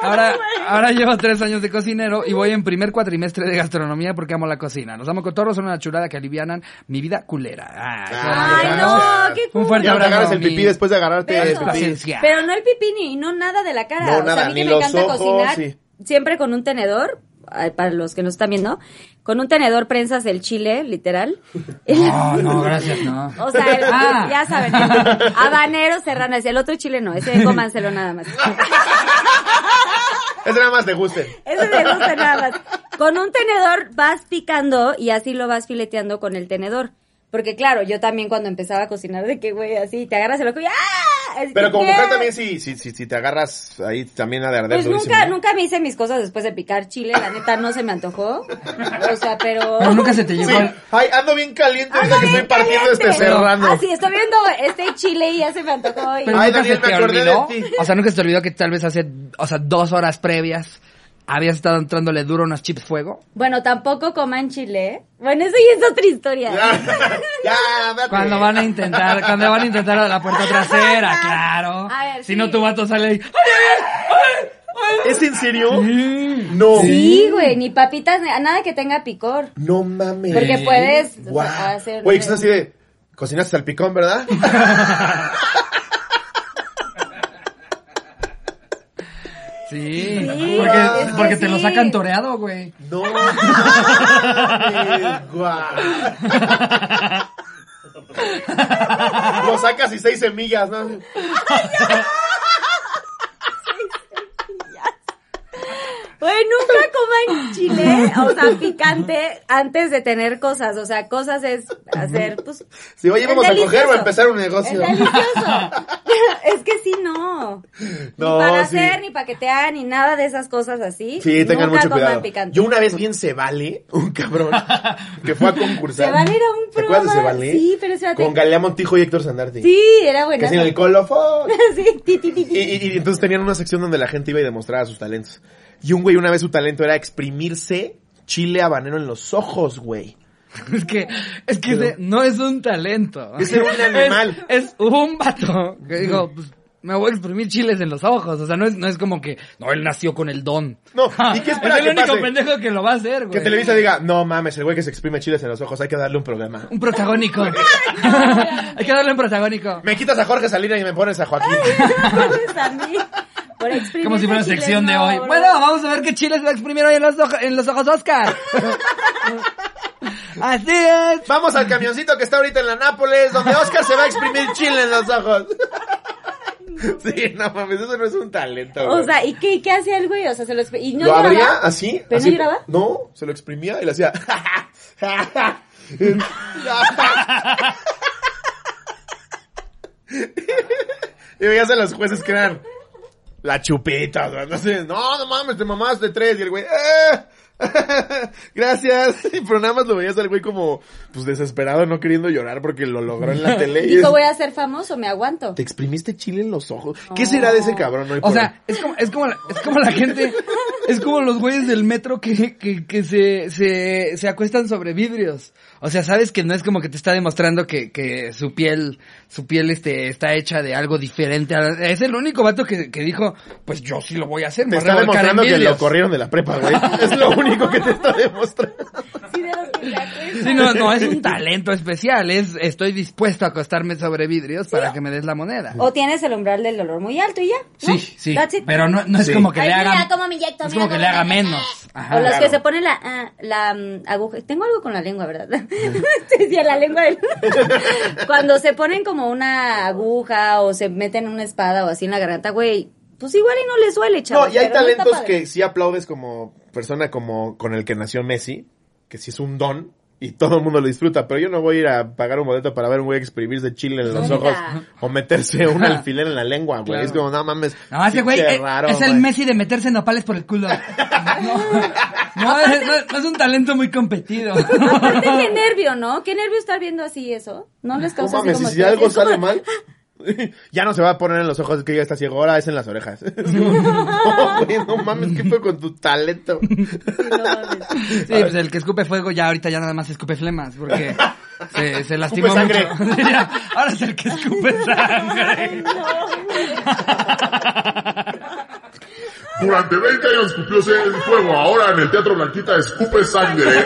Ahora, ahora llevo tres años de cocinero y voy en primer cuatrimestre de gastronomía porque amo la cocina. Los amo cotorros, son una chulada que alivianan mi vida culera. Ah,
Ay,
claro.
no, qué
Un
cool.
fuerte
Ya no te
abrazo.
agarras el
mi-
pipí después de agarrarte el
Beso.
pipí.
Paciencia.
Pero no el pipí ni no nada de la cara.
No,
O sea,
nada,
a mí
ni
que me
los
encanta
ojos,
cocinar
sí.
siempre con un tenedor, ay, para los que no están viendo, con un tenedor prensas el chile, literal.
No, no, gracias, no.
O sea, el-
Ah.
ya saben, habanero serrano, ese- el otro chile no, ese cómanselo nada más.
Ese nada más te guste.
Ese me gusta nada más. Con un tenedor vas picando y así lo vas fileteando con el tenedor. Porque claro, yo también cuando empezaba a cocinar, de que güey, así, te agarras el ojo y ¡ah! Es
Pero
que
como
¿qué?
mujer también sí, sí, sí, sí te agarras ahí también ha de arder
Pues
durísimo,
nunca,
¿no?
nunca me hice mis cosas después de picar chile, la neta no se me antojó. O sea, pero.
Pero nunca se te
Sí.
llegó el-
Ay, ando bien caliente
Ando
ahorita que
bien
estoy partiendo
caliente.
este serrano.
Así, estoy viendo este chile y ya se me antojó. y-
Pero
Ay,
nunca
Daniel,
se te
me acordé
olvidó.
de ti.
O sea, nunca se te olvidó que tal vez hace, o sea, dos horas previas habías estado entrándole duro unos chips fuego.
Bueno, tampoco coman chile. ¿eh? Bueno, eso ya es otra historia.
Ya, ya, date.
Cuando van a intentar, cuando van a intentar a la puerta trasera, claro.
A ver,
si
sí.
no, tu vato sale
¿Es en serio?
ahí.
No.
Sí, güey, ni papitas, ni- nada que tenga picor.
No mames.
Porque puedes o sea,
Guau.
hacer.
Güey, que es así de. Cocinaste salpicón, ¿verdad?
Sí.
Sí,
porque
es que
porque te lo
sí.
sacan toreado, güey.
No. mames, Guau. Lo sacas y seis semillas, ¿no?
Güey, nunca coman chile, o sea, picante, antes de tener cosas. O sea, cosas es hacer, pues.
Si oye,
Es
vamos a coger o a
delicioso.
empezar un
Es
negocio.
delicioso. es que sí, no.
No,
ni para
sí.
hacer, ni paquetear, ni nada de esas cosas así.
Sí, tengan
Nunca
mucho
coman
cuidado.
picante.
Yo una vez bien se vale, un cabrón que fue a concursar.
Se vale era un
¿Te acuerdas de se
programa,
vale?
sí, pero espérate.
Con Galea Montijo y Héctor Sandarti.
Sí, era buena.
Que hacían el colofón.
sí, ti, ti, ti, ti.
Y, y- y entonces tenían una sección donde la gente iba y demostraba sus talentos. Y un güey una vez su talento era exprimirse chile habanero en los ojos, güey.
Es que, es que ese no es un talento.
Es un animal.
Es, es un vato que dijo, pues, me voy a exprimir chiles en los ojos. O sea, no es, no es como que, no, él nació con el don.
No, ¿y qué espera
Ah, Es el
que
único
pase?
pendejo que lo va a hacer,
Que
güey.
Televisa diga, no mames, el güey que se exprime chiles en los ojos, hay que darle un programa.
Un protagónico. Hay que darle un protagónico.
Me quitas a Jorge Salinas y me pones a Joaquín.
Entonces, a mí, por exprimir
Como si fuera
ese chile,
sección de
no,
hoy.
bro.
Bueno, vamos a ver qué chiles va a exprimir hoy en los, ojo- en los ojos Oscar. Así es.
Vamos al camioncito que está ahorita en la Nápoles, donde Oscar se va a exprimir chile en los ojos. Sí, no mames, eso no es un talento.
O
güey.
sea, ¿y qué, qué hacía el güey? O sea, se lo expri- y no
lo
lloraba?
abría así.
¿Pero
así,
no lloraba?
No, se lo exprimía y le hacía. y veías a los jueces que eran la chupita. o sea, no sé, no, no mames, te mamaste tres. Y el güey, "Ah, gracias. Pero nada más lo veías al güey como, pues desesperado, no queriendo llorar porque lo logró en la tele. y es,
Dijo, voy a ser famoso, me aguanto.
Te exprimiste chile en los ojos. ¿Qué será de ese cabrón hoy
O
por
sea, es como, es como, la, es como la gente, es como los güeyes del metro que, que, que se, se, se acuestan sobre vidrios. O sea, sabes que no es como que te está demostrando que, que su piel, su piel este, está hecha de algo diferente. a- Es el único vato que, que dijo, pues yo sí lo voy a hacer,
Te
me voy a
está
revolcar en
demostrando que lo
vidrios.
corrieron de la prepa, güey. Es lo único que te está demostrando.
Sí, de los que te acuerdas.
Sí, no, no, es un talento especial, es, estoy dispuesto a acostarme sobre vidrios para que me des la moneda.
O tienes el umbral del dolor muy alto y ya. ¿no?
Sí, sí,
Oh, That's it.
pero no, no es
Sí.
como que
Ay,
le haga,
mira cómo me inyecto,
no es
mira
como que
cómo
le haga
me-
menos. Ajá.
o los
claro.
que se ponen la, ah, la mm, aguja. Tengo algo con la lengua, ¿verdad? Sí, sí, la lengua. del- Cuando se ponen como una aguja o se meten una espada o así en la garganta, güey, pues igual y no le suele, chaval.
No, y hay talentos que sí aplaudes como persona como con el que nació Messi, que sí es un don y todo el mundo lo disfruta, pero yo no voy a ir a pagar un boleto para ver un güey exprimirse chile en los
Nunca.
ojos o meterse un alfiler en la lengua, güey.
Claro.
Es como, no mames.
No, ese
sí,
güey
qué
eh, es,
raro,
el
güey.
Messi de meterse nopales por el culo. No, no, es, no es- no es un talento muy competido.
Aparte, qué nervio, ¿no? Qué nervio estar viendo así eso. No les
No
causa así
mames,
como
y si
estrés?
algo
Es como-
sale mal, ya no se va a poner en los ojos que ya está ciego, ahora es en las orejas. Es como, no, güey, no mames, ¿qué fue con tu talento?
Sí, no mames.
Sí, pues el que escupe fuego ya ahorita ya nada más escupe flemas porque se, se lastimó
Escupe
mucho.
sangre.
Ya, Ahora es el que escupe sangre.
Durante 20 años escupió ese- el fuego, ahora en el Teatro Blanquita escupe sangre.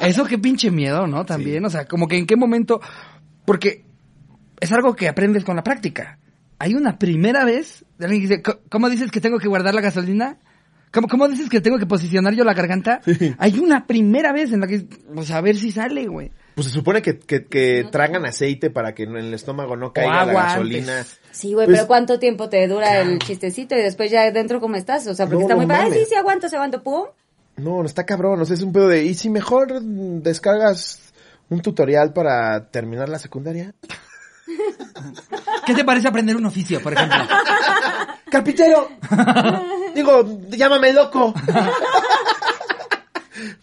Eso qué pinche miedo, ¿no? También, o sea, como que en qué momento, porque es algo que aprendes con la práctica. Hay una primera vez de alguien que dice, "Co- ¿cómo dices que tengo que guardar la gasolina? ¿Cómo, ¿Cómo dices que tengo que posicionar yo la garganta? Hay una primera vez en la que, pues a ver si sale, güey.
Pues se supone que, que, que tragan aceite para que en el estómago no caiga la
agua
gasolina.
antes.
Sí, güey,
Pues-
pero ¿cuánto tiempo te dura el chistecito y después ya dentro cómo estás? O sea, porque
No,
está
no
muy... padre. Ah,
mames.
sí, sí, aguanto, se aguanto, pum.
No, no está cabrón, o sea, es un pedo de, ¿y si mejor mm, descargas un tutorial para terminar la secundaria?
¿Qué te parece aprender un oficio, por ejemplo?
¡Carpintero! Digo, llámame loco.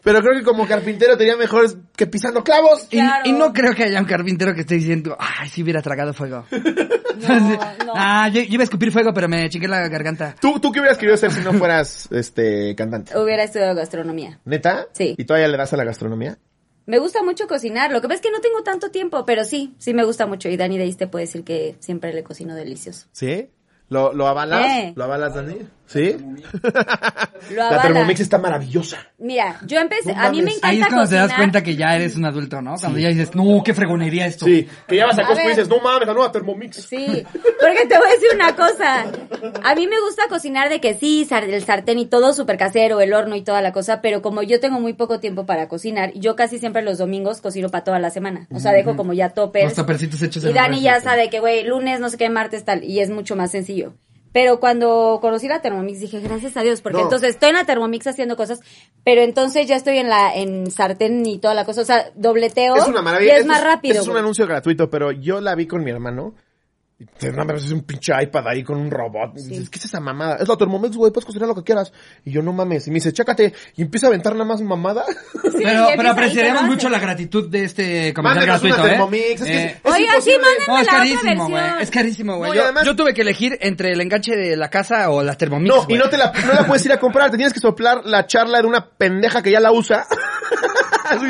Pero creo que como carpintero tenía mejor que pisando clavos.
Y,
Claro.
y no creo que haya un carpintero que esté diciendo, ay, si hubiera tragado fuego.
no.
Ah, yo, yo iba a escupir fuego, pero me chingué la garganta.
¿Tú, ¿Tú qué hubieras querido hacer si no fueras este cantante?
Hubiera estudiado gastronomía.
¿Neta?
Sí.
¿Y todavía le das a la gastronomía?
Me gusta mucho cocinar, lo que pasa es que no tengo tanto tiempo, pero sí, sí me gusta mucho. Y Dani de ahí te puede decir que siempre le cocino delicioso.
¿Sí? ¿Lo, lo avalas?
Eh.
¿Lo avalas, Dani? ¿Sí?
Lo
La
avala.
Thermomix está maravillosa.
Mira, yo empecé,
No
a mí me
mames.
encanta
Pues Ahí es cuando
cocinar.
te das cuenta que ya eres un adulto, ¿no? Cuando ya dices, no, qué fregonería esto.
Sí, que ya vas a
A
Costco y
ver.
dices, no mames, la nueva Thermomix.
Sí, porque te voy a decir una cosa. A mí me gusta cocinar de que sí, sar- el sartén y todo súper casero, el horno y toda la cosa, pero como yo tengo muy poco tiempo para cocinar, yo casi siempre los domingos cocino para toda la semana. O sea, dejo como ya toppers.
Los topercitos hechos en
Y
la
Dani
refri,
ya
sí.
sabe que, güey, lunes, no sé qué, martes, tal, y es mucho más sencillo. Pero cuando conocí la Thermomix dije, gracias a Dios, porque
No.
entonces estoy en la Thermomix haciendo cosas, pero entonces ya estoy en la en sartén y toda la cosa, o sea, dobleteo
Es una maravilla.
y es
Eso
más rápido.
eso Es un
güey.
anuncio gratuito, pero yo la vi con mi hermano. Y te- no mames, es un pinche iPad ahí con un robot. Y dices, ¿Qué es esa mamada? Es la Thermomix, güey, puedes cocinar lo que quieras. Y yo, no mames. Y me dice, chécate. Y empieza a aventar nada más mamada.
Sí,
Pero,
y
pero
empieza ahí,
apreciaremos
te lo
mucho
hace.
la gratitud de este comentario
Mándenos una
gratuito, ¿eh?
Thermomix. Es que
Eh,
es
Oiga, sí,
imposible.
mándenme
No, es
la
carísimo,
otra
güey.
versión.
Es carísimo, güey.
No, y
yo,
además-
yo tuve que elegir entre el enganche de la casa o la Thermomix,
No, y
güey.
no te la, no la puedes ir a comprar. Te tienes que soplar la charla de una pendeja que ya la usa. Así,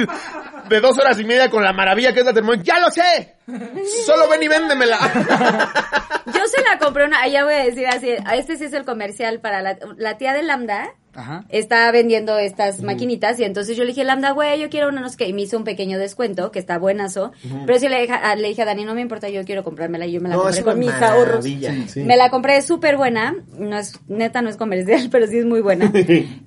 de dos horas y media con la maravilla que es la Thermomix. ¡Ya lo sé! Solo ven y véndemela.
Yo se la compré una, ahí ya voy a decir así, este sí es el comercial para la, la tía de Lambda.
Ajá.
Está vendiendo estas maquinitas y entonces yo le dije, Lambda, güey, yo quiero una, no sé qué, y me hizo un pequeño descuento, que está buenazo, pero sí le, dije a- le dije a Dani, no me importa, yo quiero comprármela y yo me la compré con mis ahorros. Me la compré súper buena, no es, neta no es comercial, pero sí es muy buena.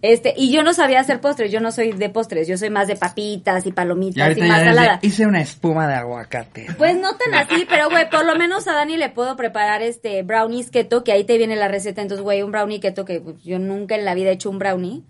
Este, y yo no sabía hacer postres, yo no soy de postres, yo soy más de papitas y
Y
palomitas y,
ahorita
más
ya desde-
salada.
hice una espuma de aguacate.
Pues no tan así, pero güey, por lo menos a Dani le puedo preparar este brownies keto, que ahí te viene la receta. Entonces, güey, un brownie keto que pues, yo nunca en la vida he hecho un brownie.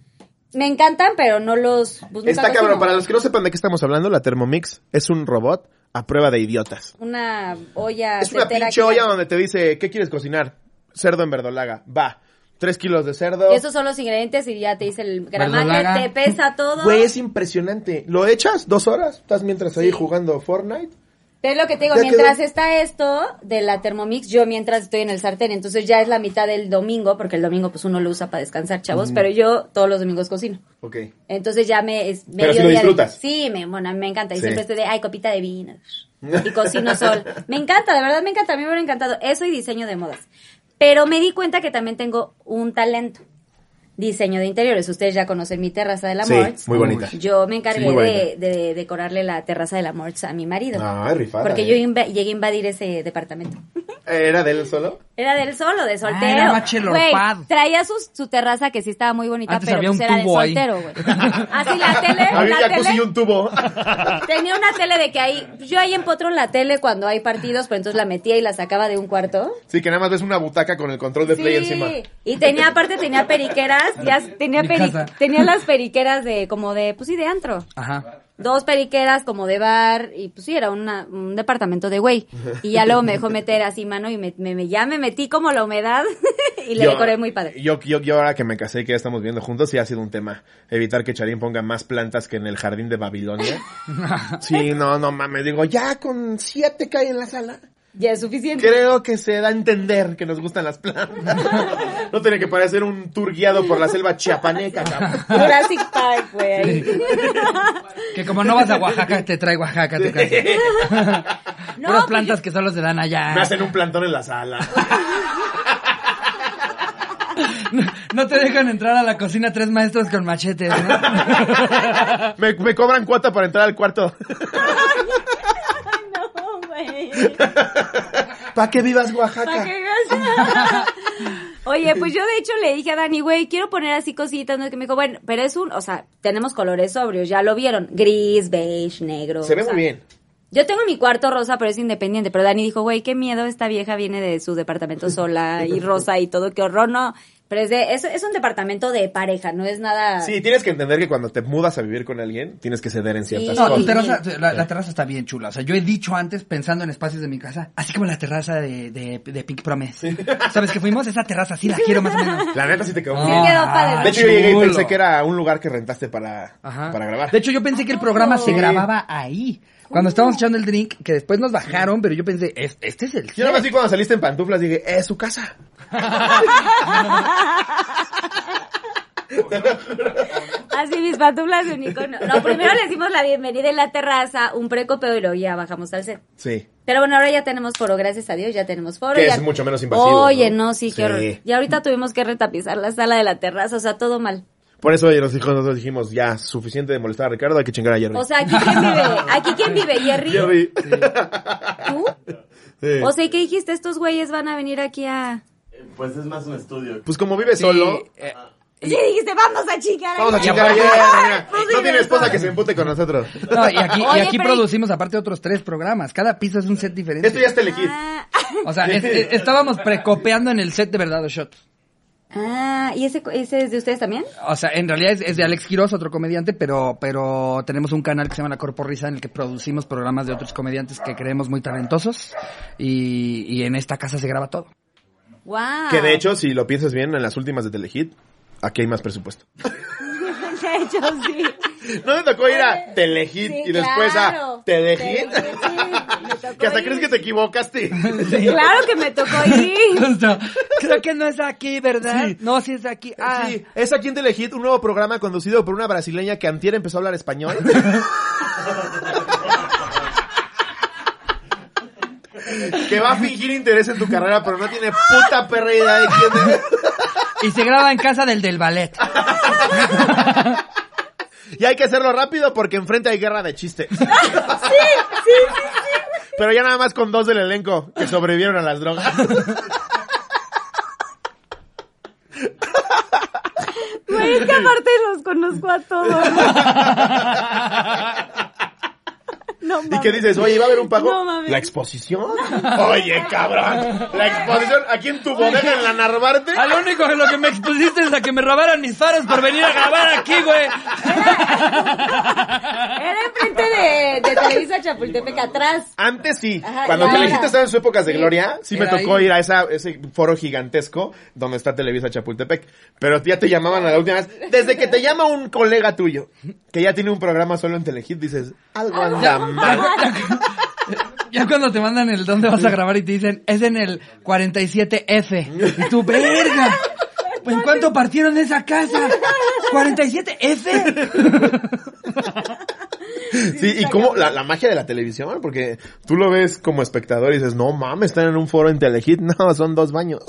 Me encantan, pero no los. pues, nunca
Está
cocino.
cabrón, para los que no sepan de qué estamos hablando, la Thermomix es un robot a prueba de idiotas.
Una olla.
Es una
tetera
pinche
que-
olla donde te dice, ¿qué quieres cocinar? Cerdo en verdolaga, va. Tres kilos de cerdo.
Y esos son los ingredientes y ya te dice el gramaje,
Verdolaga.
te pesa todo.
Güey, es impresionante. ¿Lo echas? ¿Dos horas? ¿Estás mientras ahí jugando Fortnite?
Pero es lo que te digo,
Ya
mientras
quedó.
está esto de la Thermomix, yo mientras estoy en el sartén, entonces ya es la mitad del domingo, porque el domingo pues uno lo usa para descansar,
Mm.
chavos, pero yo todos los domingos cocino.
Ok.
Entonces ya me es
Pero sí lo
mediodía de-
disfrutas.
sí, me, bueno, me encanta. Y
Sí.
siempre estoy de, ay, copita de vino. Y cocino sol. Me encanta, de verdad me encanta. A mí me hubiera encantado eso y diseño de modas. Pero me di cuenta que también tengo un talento. Diseño de interiores. Ustedes ya conocen mi terraza del
Sí,
amor.
muy bonita.
Yo me encargué
Sí, muy
de, de decorarle la terraza del amor a mi marido.
Ay, rifada,
Porque
eh.
yo inva- llegué a invadir ese departamento.
¿Era de él solo?
Era del solo,
Ah,
de soltero.
era bachelor
Güey,
pad.
traía su, su terraza que sí estaba muy bonita,
Antes
pero
había
pues
un
era de
tubo ahí.
soltero, güey. Así Ah, la tele,
Había un
la
jacuzzi y
tele,
un tubo.
tenía una tele de que ahí, yo ahí empotro la tele cuando hay partidos, pero entonces la metía y la sacaba de un cuarto.
Sí, que nada más ves una butaca con el control de play encima.
Y tenía, aparte tenía periqueras, ya tenía
Mi
peri-
casa.
tenía las periqueras de, como de, pues sí, de antro.
Ajá.
Dos periqueras como de bar, y pues sí, era una- un departamento de güey. Y ya luego me dejó meter así mano y me, me- me- ya me metí como la humedad y le
Yo-
decoré muy padre.
Yo, yo, yo ahora que me casé y que ya estamos viendo juntos, sí ha sido un tema. Evitar que Charín ponga más plantas que en el jardín de Babilonia. sí, no, no mames. Digo, ya con siete que hay en la sala.
Ya es suficiente.
Creo que se da a entender que nos gustan las plantas. no tiene que parecer un tour guiado por la selva chiapaneca, cabrón.
Jurassic Park, güey.
Que como no vas a Oaxaca, te trae Oaxaca a tu casa.
No,
Puras
pues
plantas que solo se dan allá.
Me hacen un plantón en la sala.
No, no te dejan entrar a la cocina tres maestros con machetes, ¿no?
me, me cobran cuota para entrar al cuarto.
No, güey.
Pa' que vivas
Pa'
Oaxaca.
que veas. Oye, pues yo de hecho le dije a Dani, güey, quiero poner así cositas, ¿no? Que me dijo, bueno, pero es un, o sea, tenemos colores sobrios, ya lo vieron, gris, beige, negro.
Se ve
o sea,
muy bien.
Yo tengo mi cuarto rosa, pero es independiente. Pero Dani dijo, güey, qué miedo, esta vieja viene de su departamento sola y rosa y todo, qué horror, no. Pero es, de, es, es un departamento de pareja, no es nada...
Sí, tienes que entender que cuando te mudas a vivir con alguien, tienes que ceder en ciertas
Sí.
No,
cosas.
tu terraza, tu- la, la terraza está bien chula. O sea, yo he dicho antes, pensando en espacios de mi casa, así como la terraza de, de, de Pink Promise. ¿Sabes que fuimos? Esa terraza sí la quiero más o menos. Ah,
La neta sí te quedó
Sí
muy bien.
quedó padre.
De hecho, yo llegué y
chulo.
pensé que era un lugar que rentaste para,
Ajá.
para grabar.
De hecho, yo pensé que el programa
Sí.
se grababa ahí. Cuando
Uh.
estábamos echando el drink, que después nos bajaron, pero yo pensé, "Es- este es el
yo nada más así cuando saliste en pantuflas dije, es su casa.
Así mis pantuflas de unicornio. No, primero le dimos la bienvenida en la terraza, un precopeo y luego ya bajamos al set.
Sí.
Pero bueno, ahora ya tenemos foro, gracias a Dios, ya tenemos foro.
Que
ya-
es mucho menos invasivo,
Oye,
¿no?
no, sí,
Sí.
qué horror. Y ahorita tuvimos que retapizar la sala de la terraza, o sea, todo mal.
Por eso oye, nos dijo- nosotros dijimos, ya, suficiente de molestar a Ricardo, hay que chingar a Jerry.
O sea, aquí quién vive, aquí quién vive, Jerry.
Jerry.
¿Tú?
Sí.
O sea, ¿y ¿qué dijiste? Estos güeyes van a venir aquí a...
Pues es más un estudio.
pues como vive
Sí,
solo,
eh,
Sí, dijiste, vamos a chingar.
vamos a
aquí.
chingar a Jerry. mira.
Pues sí,
No tiene
de
esposa
todo.
que se empute con nosotros.
no, y aquí, y
Oye,
aquí
pero-
producimos aparte otros tres programas. Cada piso es un set diferente.
Esto ya está elegido.
Ah,
O sea, es- es- estábamos precopeando en el set de Verdad o Shot.
ah, ¿y ese, ese es de ustedes también?
O sea, en realidad es, es de Alex Quiroz, otro comediante, pero, pero tenemos un canal que se llama La Corporrisa en el que producimos programas de otros comediantes que creemos muy talentosos y, y en esta casa se graba todo.
Wow.
Que de hecho, si lo piensas bien, en las últimas de Telehit, aquí hay más presupuesto.
de hecho, sí.
¿No te tocó ir a Telehit
Sí,
y después
claro.
a Telehit?
Telehit, me tocó
que hasta
ir.
crees que te equivocaste.
Claro que me tocó ir.
Justo. Creo que no es aquí, ¿verdad?
Sí.
No, sí es aquí. Ah,
Sí, es aquí en Telehit un nuevo programa conducido por una brasileña que antier empezó a hablar español. que va a fingir interés en tu carrera, pero no tiene puta perra idea de quién eres.
Y se graba en casa del del ballet.
Y hay que hacerlo rápido porque enfrente hay guerra de chistes.
Sí, sí, sí, sí.
Pero ya nada más con dos del elenco que sobrevivieron a las drogas.
Güey, Pues es que aparte los conozco a todos. No
¿Y
mames.
qué dices? Oye, ¿va a haber un pago?
No mames.
¿La exposición? Oye, cabrón. ¿La exposición aquí en tu bodega en la Narvarte?
Al único que lo que me expusiste es a que me robaran mis faros por venir a grabar aquí, güey.
ah.
Era enfrente de, de Televisa Chapultepec atrás.
Antes sí,
Ajá,
cuando
y ahora.
Telehit estaba en sus épocas de gloria, sí me
Era
tocó
ahí.
ir a esa, ese foro gigantesco donde está Televisa Chapultepec. Pero ya te llamaban a la última vez. Desde que te llama un colega tuyo, que ya tiene un programa solo en Telehit, dices, algo anda mal.
Ya cuando te mandan el dónde vas a grabar y te dicen, es en el 47F. Y tú, verga. ¿En cuánto partieron de esa casa? ¿47F?
Sí, y como la, la magia de la televisión, porque tú lo ves como espectador y dices, no mames, están en un foro en Telehit. No, son dos baños.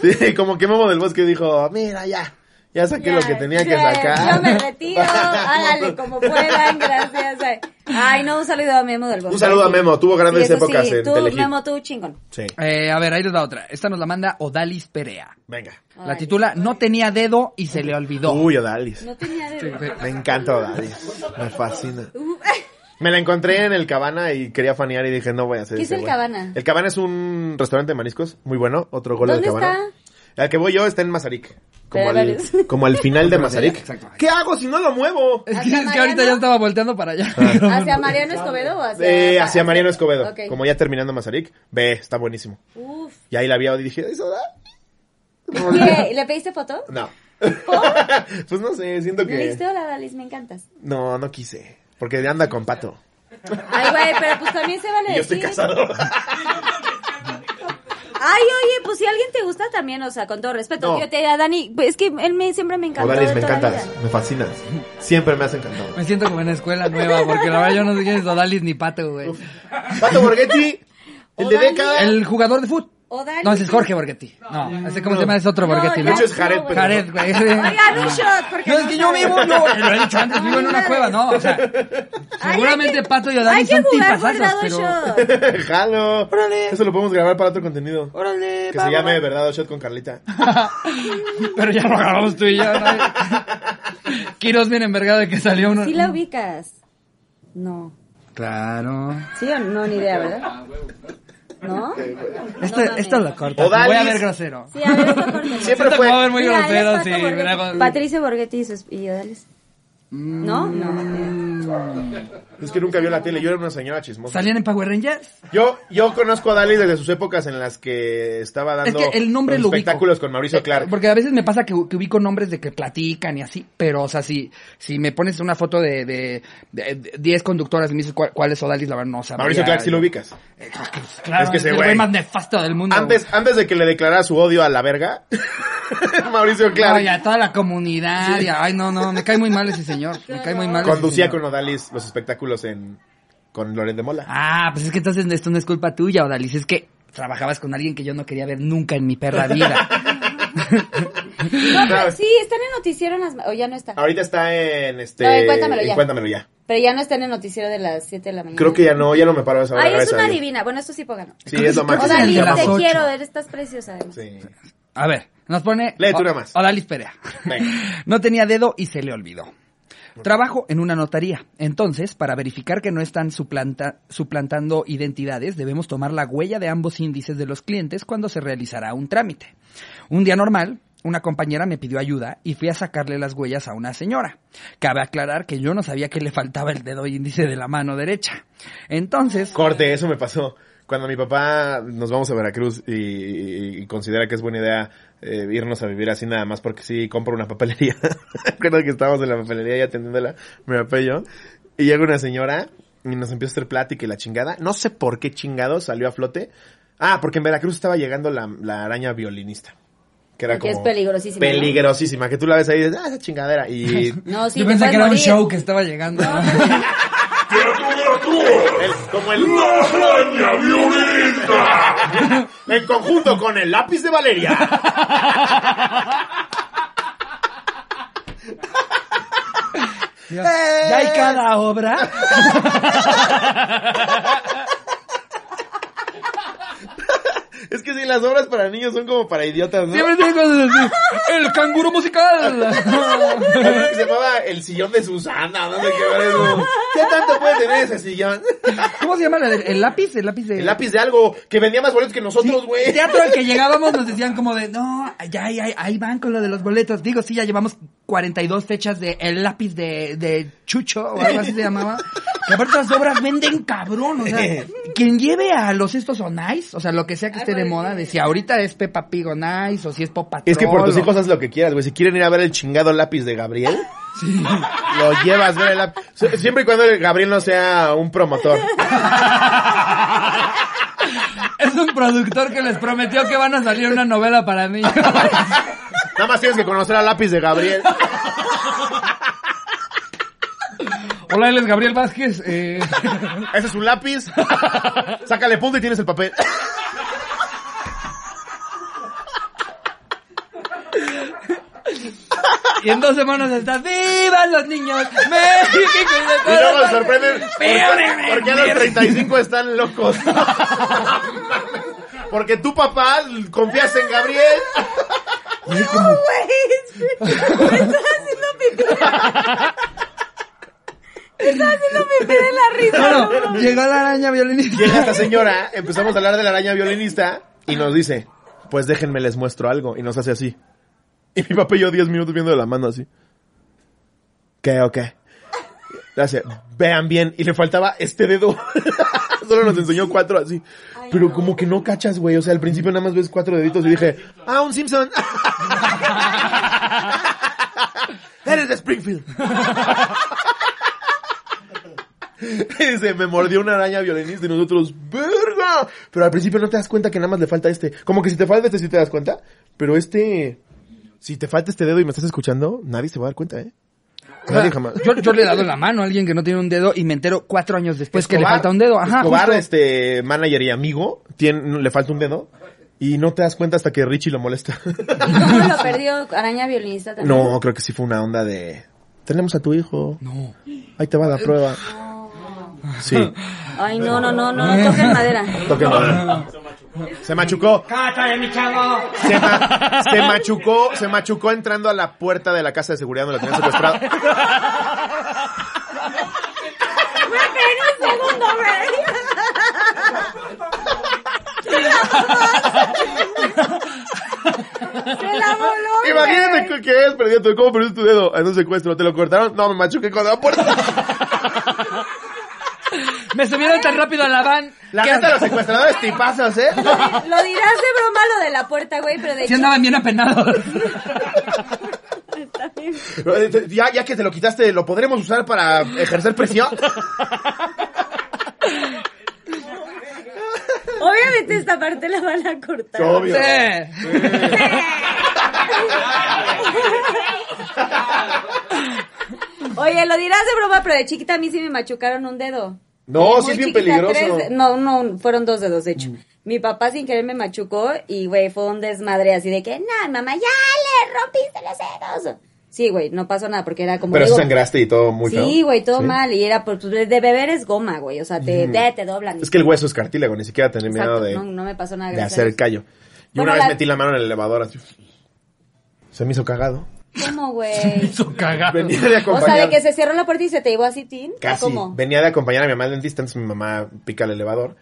Sí, como que Momo del Bosque dijo, mira ya, ya saqué lo que tenía que
Ya,
sacar.
Yo me retiro, háganle como puedan, gracias. Ay, no, un saludo a Memo del Bosque.
Un saludo a Memo, tuvo grandes
Sí, eso
épocas
sí,
en
tú,
Telehit.
Memo, tú chingón.
Sí,
Eh, a ver, ahí les va otra. Esta nos la manda Odalis Perea.
venga.
La
Ay.
titula No tenía dedo y se le olvidó.
Uy, Odalis.
No tenía de...
Me encanta Odalis. Me fascina. Me la encontré en el Cabana y quería fanear y dije, no voy a hacer
¿Qué es
ese
el
güey.
Cabana?
El Cabana es un restaurante de mariscos, muy bueno, otro gol del
¿Dónde
Cabana. Al que voy yo está en Mazarik. Como,
Pero
al,
varios.
como al final de Mazarik.
Exacto.
¿Qué hago si no lo muevo?
Es que,
¿Hacia
es que ahorita
Mariano?
ya estaba volteando para allá.
¿Hacia Mariano Escobedo o hacia...?
Eh, hacia Mariano Escobedo.
Ok.
Como ya terminando Mazarik, ve, está buenísimo.
Uf.
Y ahí la vi y dije, ¿eso da?
¿Qué? ¿Le pediste foto?
No. pues no sé, siento
¿Le diste
que...
hola, Dalis? Me encantas.
No, no quise. Porque anda con Pato.
Ay, güey, pero pues también se vale
Y yo estoy
decir.
casado.
Ay, oye, pues si alguien te gusta también, o sea, con todo respeto.
No.
Yo te a Dani, pues, es que él me, siempre me encantó.
Odalis,
de
me
toda la
encantas,
vida.
me fascinas. Siempre me has encantado.
Me siento como en escuela nueva, porque la verdad yo no sé quién es Odalis ni Pato, güey.
Pato Borghetti, el de
Odalis.
década.
El jugador de fútbol.
Odalis.
No, ese es Jorge Borghetti. No, ese cómo se llama, es otro
No,
Borghetti,
ya,
¿no?
De hecho es Jared,
no,
pero-
Jared, güey.
Oigan, un shot, porque
No, es que yo
saben.
vivo, yo, te lo he dicho antes, vivo en una cueva, ¿no? O sea,
Ay,
seguramente
hay que-
Pato y
Hay
Odalis
que
son
jugar
tipazazos,
guardado
pero...
shot.
Jalo.
Órale.
Eso lo podemos grabar para otro contenido.
Órale,
Que
va,
se
va,
llame
va.
Verdad o Shot con Carlita.
Pero ya lo grabamos tú y yo, ¿no? Quiroz bien envergado de que salió uno.
Sí la ubicas. No.
Claro.
Sí o no, ni idea, ¿verdad? ¿No?
Esta,
mames.
esta la corta.
Odalis.
Voy a ver grosero.
Sí, a ver, esto córtalo.
Siempre
Siento que voy a
fue.
ver muy
Mira, ahí
grosero,
está
sí.
Borghetti.
verá,
Patricio Borghetti y sus y Odalis.
Mm.
¿No? No.
Es que nunca vio la tele. Yo era una señora chismosa.
¿Salían en Power Rangers?
Yo, yo conozco a Dalis desde sus épocas en las que estaba dando
Es que el nombre
los
lo ubico. Eh,
espectáculos con Mauricio Clark.
Porque a veces me pasa que, que ubico nombres de que platican y así, pero o sea, si, si me pones una foto de de- de- de 10 conductoras y me dices cuál, cuál es Odalis, la verdad no sabría.
Mauricio Clark sí lo ubicas.
Eh, Claro,
Es que ese
el
güey-
más nefasto del mundo.
Antes, antes de que le declarara su odio a la verga, Mauricio
claro.
Clark
Oye, a toda la comunidad, y a- ay no, no, me cae muy mal ese señor, me cae muy mal. ese
conducía
señor.
con Odalis los espectáculos en con Loret de Mola.
Ah, pues es que entonces esto no es culpa tuya, Odalis, es que trabajabas con alguien que yo no quería ver nunca en mi perra vida.
No, pero
Claro.
sí, están en noticiero en las... ma- O ya no está.
Ahorita está en este.
No, en Cuéntamelo
en
Ya.
Cuéntamelo ya.
Pero ya no está en el noticiero de las 7 de la mañana.
Creo que ya no, ya no me paro a esa hora.
Ay, es
gracias a
una
Dios.
divina. Bueno, esto sí póngalo.
Sí, es lo
Creo
máximo.
que es el
Odalis,
de las
te
ocho.
quiero. eres- Estás preciosa. además.
Sí.
A ver, nos pone...
Lee tú
O-
nada más.
Odalis Perea.
Venga.
No tenía dedo y se le olvidó. Trabajo en una notaría. Entonces, para verificar que no están suplanta- suplantando identidades, debemos tomar la huella de ambos índices de los clientes cuando se realizará un trámite. Un día normal, una compañera me pidió ayuda y fui a sacarle las huellas a una señora. Cabe aclarar que yo no sabía que le faltaba el dedo índice de la mano derecha. Entonces,
Corte, eso me pasó. Cuando mi papá nos vamos a Veracruz y, y- y considera que es buena idea eh, irnos a vivir así nada más porque sí compro una papelería. Recuerdo que estábamos en la papelería y atendiéndola, mi papá y yo. Y llega una señora y nos empieza a hacer plática y la chingada. No sé por qué chingado salió a flote. Ah, porque en Veracruz estaba llegando la, la araña violinista. Que era
Que es
como...
peligrosísima, ¿no?
Peligrosísima. Que tú la ves ahí y dices, ah, esa chingadera. Y
No, sí,
yo pensé
te puedes
que era un
morir.
show que estaba llegando.
el- como el...
araña violenta!
En conjunto con el lápiz de Valeria.
Dios, Ya hay cada obra.
Es que si las obras para niños son como para idiotas, ¿no?
Siempre tiene cosas así. El canguro musical.
Hay uno que se llamaba el sillón de Susana, ¿no? sé qué ver eso. ¿Qué tanto puede tener ese sillón?
¿Cómo se llama? la del- ¿El lápiz? El lápiz de...
El lápiz de algo que vendía más boletos que nosotros, güey.
El teatro al que llegábamos nos decían como de, no, ya, ya, ahí van con lo de los boletos. Digo, sí, ya llevamos 42 fechas de El lápiz de, de Chucho o algo así se llamaba. Que aparte las obras venden cabrón, o sea, quien lleve a los estos o nice, o sea, lo que sea que esté de moda, de si ahorita es Peppa Pig o nice, o si es Popa
Es que por tus hijos haz lo que quieras, güey. Si quieren ir a ver el chingado lápiz de Gabriel, lo llevas a ver el lápiz. Sie- Siempre y cuando el Gabriel no sea un promotor.
Es un productor que les prometió que van a salir una novela para mí.
Nada más tienes que conocer al lápiz de Gabriel.
Hola, él es Gabriel Vázquez. Eh...
Ese es un lápiz. Sácale punto y tienes el papel.
Y en dos semanas estás, ¡vivas los niños! ¡México!
Y luego me sorprenden
Espérame,
porque, porque a los 35 están locos. Porque tu papá confías en Gabriel.
güey. Me estaba haciendo pipí. Me estaba haciendo pipí de la risa. no,
Bueno, llegó la araña violinista.
Llega esta señora, empezamos a hablar de la araña violinista y nos dice, pues déjenme les muestro algo. Y nos hace así. Y mi papá y yo 10 minutos viendo la mano así. ¿Qué o qué? Le hace, vean bien. Y le faltaba este dedo. Solo nos enseñó cuatro así. Pero como que no cachas, güey. O sea, al principio nada más ves cuatro deditos y dije, ah, un Simpson. Eres de Springfield. Y dice, me mordió una araña violinista y nosotros, ¡verga! Pero al principio no te das cuenta que nada más le falta este. Como que si te falta este sí te das cuenta, pero este... Si te falta este dedo y me estás escuchando, nadie se va a dar cuenta, ¿eh? Nadie jamás.
Yo, yo le he dado la mano a alguien que no tiene un dedo y me entero cuatro años después que le falta un dedo. Ajá,
Escobar,
justo.
este manager y amigo, tiene, le falta un dedo y no te das cuenta hasta que Richie lo molesta.
¿Cómo lo perdió araña violinista también?
no, creo que sí fue una onda de... Tenemos a tu hijo.
No.
Ahí te va la prueba. Sí.
Ay, no, no, no, no, no toquen madera.
Toque madera. Se machucó.
¡Cállate, mi chavo!
Se, ma- se machucó, se machucó entrando a la puerta de la casa de seguridad donde la tenían secuestrado.
Güey, pero en un segundo, güey. Se la voló. güey.
Imagínate que- que es perdido tu cómo perdiste tu dedo en un secuestro, te lo cortaron. No, me machuqué con la puerta.
Me subieron tan rápido a la van.
La
que
neta los secuestradores tipazos, ¿eh?
Lo dirás de broma lo de la puerta, güey, pero de
Sí
hecho
andaban bien apenados.
está bien.
Ya, ya que te lo quitaste, lo podremos usar para ejercer presión.
Obviamente esta parte la van a cortar.
Obvio.
Sí.
Oye, lo dirás de broma, pero de chiquita a mí sí me machucaron un dedo.
No, sí
Muy
es bien
chiquita,
peligroso. Mm.
tres- no, no, fueron dos dedos, de hecho. Mi papá sin querer me machucó y, güey, fue un desmadre así de que, nah, mamá, ya le rompiste los dedos. Sí, güey, no pasó nada porque era como...
Pero sí
digo,
sangraste y todo muy feo.
Sí, güey, todo
Sí. Mm.
mal. Y era por, pues, de beber es goma, güey. O sea, te, te, te doblan.
Es que el hueso es cartílago, ni siquiera tenía miedo
Exacto,
de,
no, no me pasó nada.
de
gracias a
hacer
Dios.
callo. Y
Bueno,
una vez
la-
metí la mano en el elevador así. Se me hizo cagado.
¿Cómo, güey?
Ah,
Cagado.
Venía de
O
acompañar.
sea, de que se cerró la puerta y se te llevó así, Tin.
Casi.
¿Cómo?
Venía de acompañar a mi mamá al dentista, entonces mi mamá pica el elevador.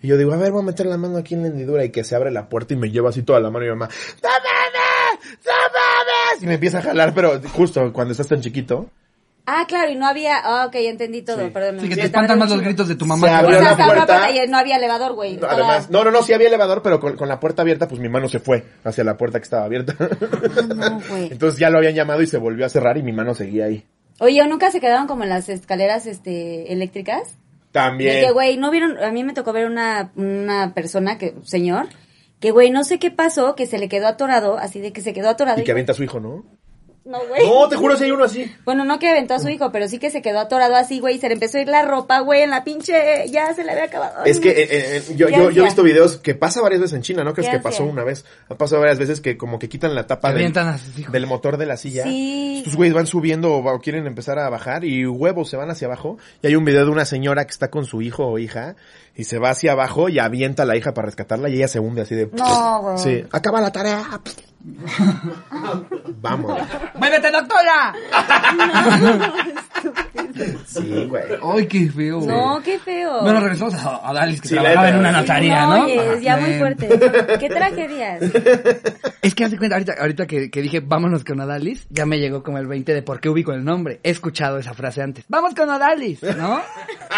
Y yo digo, a ver, voy a meter la mano aquí en la hendidura y que se abre la puerta y me lleva así toda la mano y mi mamá, ¡No mames! ¡No mames! Y me empieza a jalar, pero justo cuando estás tan chiquito,
Ah, claro, y no había. Ah, ok, ya entendí todo, perdón.
Así que te espantan más los gritos de tu mamá.
Se
que-
O
abrió
sea,
la
se abrió la
puerta.
puerta y no había elevador, güey.
no, además, no, no, no, sí había elevador, pero con, con la puerta abierta, pues mi mano se fue hacia la puerta que estaba abierta.
no, güey.
entonces ya lo habían llamado y se volvió a cerrar y mi mano seguía ahí.
Oye, ¿o nunca se quedaron como en las escaleras este eléctricas? De
También.
que, güey, no vieron, a mí me tocó ver una, una persona, que un señor, que, güey, no sé qué pasó, que se le quedó atorado, así de que se quedó atorado.
Y
y-
que avienta a su hijo, ¿no?
No, güey.
No, te juro, si hay uno así.
Bueno, no que aventó a su hijo, pero sí que se quedó atorado así, güey, y se le empezó a ir la ropa, güey, en la pinche, ya se le había acabado. Ay,
Es que eh, eh, eh, yo,
qué
yo, yo he
ansia.
visto videos que pasa varias veces en China, ¿no crees
Qué
que pasó
ansia.
una vez? Ha pasado varias veces que como que quitan la tapa
Te
del,
avientan a sus hijos.
del motor de la silla.
Sí.
Estos güeyes van subiendo o va- o quieren empezar a bajar y huevos se van hacia abajo. Y hay un video de una señora que está con su hijo o hija y se va hacia abajo y avienta a la hija para rescatarla y ella se hunde así de...
No, güey.
Sí, acaba la tarea. Vamos.
¡Muévete, doctora!
Ah. Sí, güey.
¡Ay, qué feo! güey.
No, qué feo.
Bueno, regresamos a, a Dalis, que
Sí,
trabajaba
la-
en una notaría, ¿no?
oye, es ya
Ajá.
muy
Eh,
fuerte. Qué tragedias.
Es que hace cuenta, ahorita, ahorita que, que dije vámonos con Odalis, ya me llegó como el 20 de por qué ubico el nombre. He escuchado esa frase antes. ¡Vamos con Odalis! ¿No?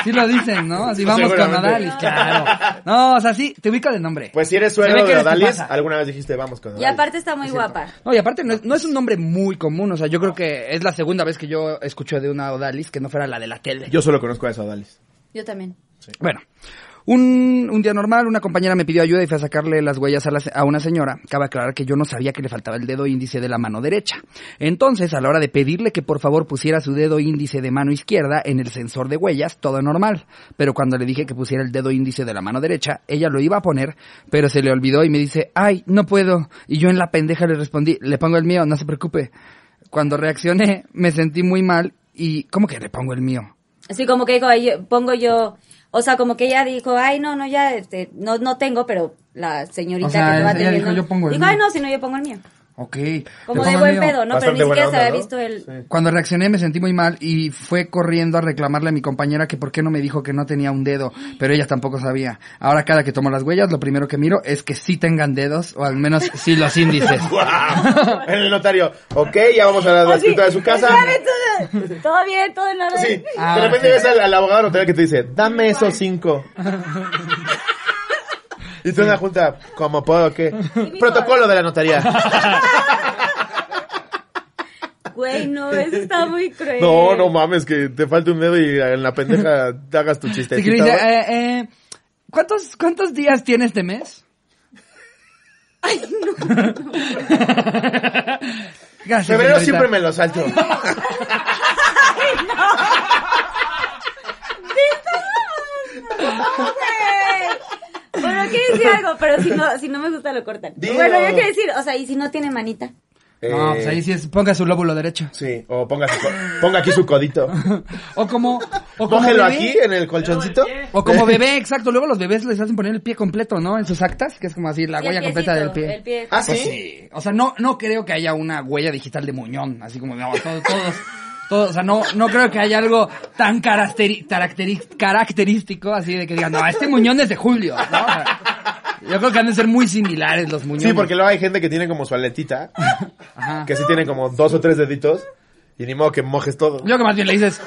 Sí lo dicen, ¿no? Así, vamos con
Pues Seguramente.
Odalis, claro. No, o sea, sí, te ubico de nombre.
Pues si eres
Se ve
suegro de
que eres tu
Odalis,
pasa.
alguna vez dijiste vamos con
Y
Odalis.
aparte está muy guapa.
No, y aparte no es, no es un nombre muy común, o sea, yo creo que es la segunda vez que yo escucho de una Odalis que no fuera la de la tele.
Yo solo conozco a esa Odalis.
Yo también.
Bueno, un, un día normal, una compañera me pidió ayuda y fue a sacarle las huellas a, la se- a una señora. Cabe aclarar que yo no sabía que le faltaba el dedo índice de la mano derecha. Entonces, a la hora de pedirle que por favor pusiera su dedo índice de mano izquierda en el sensor de huellas, todo normal. Pero cuando le dije que pusiera el dedo índice de la mano derecha, ella lo iba a poner, pero se le olvidó y me dice, ay, no puedo. Y yo en la pendeja le respondí, le pongo el mío, no se preocupe. Cuando reaccioné, me sentí muy mal y ¿cómo que le pongo el mío?
Así como que digo, ahí pongo yo, o sea, como que ella dijo, ay, no, no, ya, este, no, no tengo, pero la señorita
O sea,
que me va
ella dijo,
atendiendo.
"Yo pongo el
dijo,
mío".
ay, no, si no, yo pongo el mío.
Ok.
Como
le pongo
de
el
buen
mío.
pedo, ¿no?
Bastante
pero ni
buena
siquiera se
onda,
había
¿no?
visto el...
Sí.
Cuando reaccioné me sentí muy mal y fue corriendo a reclamarle a mi compañera que por qué no me dijo que no tenía un dedo, pero ella tampoco sabía. Ahora cada que tomo las huellas, lo primero que miro es que sí tengan dedos o al menos sí los índices.
¡Guau! En el notario. Ok, ya vamos a la
Así,
escritura de su casa.
claro, entonces, Todo bien, todo en orden.
Sí,
Ah,
de repente
sí.
ves al, al abogado notario que te dice, dame esos cinco. Y tú en la junta, ¿cómo puedo qué? Protocolo de la notaría.
Güey, no, eso está muy cruel.
No, no mames, que te falte un dedo y en la pendeja te hagas tu
Sí,
chistecito.
que dice,
¿no?
eh, eh, ¿cuántos, ¿Cuántos días tiene este mes? Gracias.
Febrero
señorita.
siempre me lo salto.
Güey. Bueno, quiero decir algo, pero si no, si no me gusta lo cortan.
Dilo.
Bueno, yo quiero decir, o sea, y si no tiene manita.
No, pues ahí sí es, ponga su lóbulo derecho.
Sí, o ponga, su co- ponga aquí su codito.
O como, o como
Cógelo
bebé.
aquí en el colchoncito.
O como bebé, exacto. Luego los bebés les hacen poner el pie completo, ¿no? En sus actas, que es como así, la
Y el
huella completa del
piecito,
pie.
El pie.
Ah,
Pues
sí.
sí. O sea, no, no creo que haya una huella digital de Muñón, así como no, todos, todos, todos, o sea, no, no creo que haya algo tan caracteri- caracteri- característico así de que digan, no, este Muñón es de Julio, ¿no? O sea, yo creo que han de ser muy similares los Muñones.
Sí, porque luego hay gente que tiene como su aletita,
Ajá.
que sí tiene como dos o tres deditos, y ni modo que mojes todo.
Yo que más bien le dices,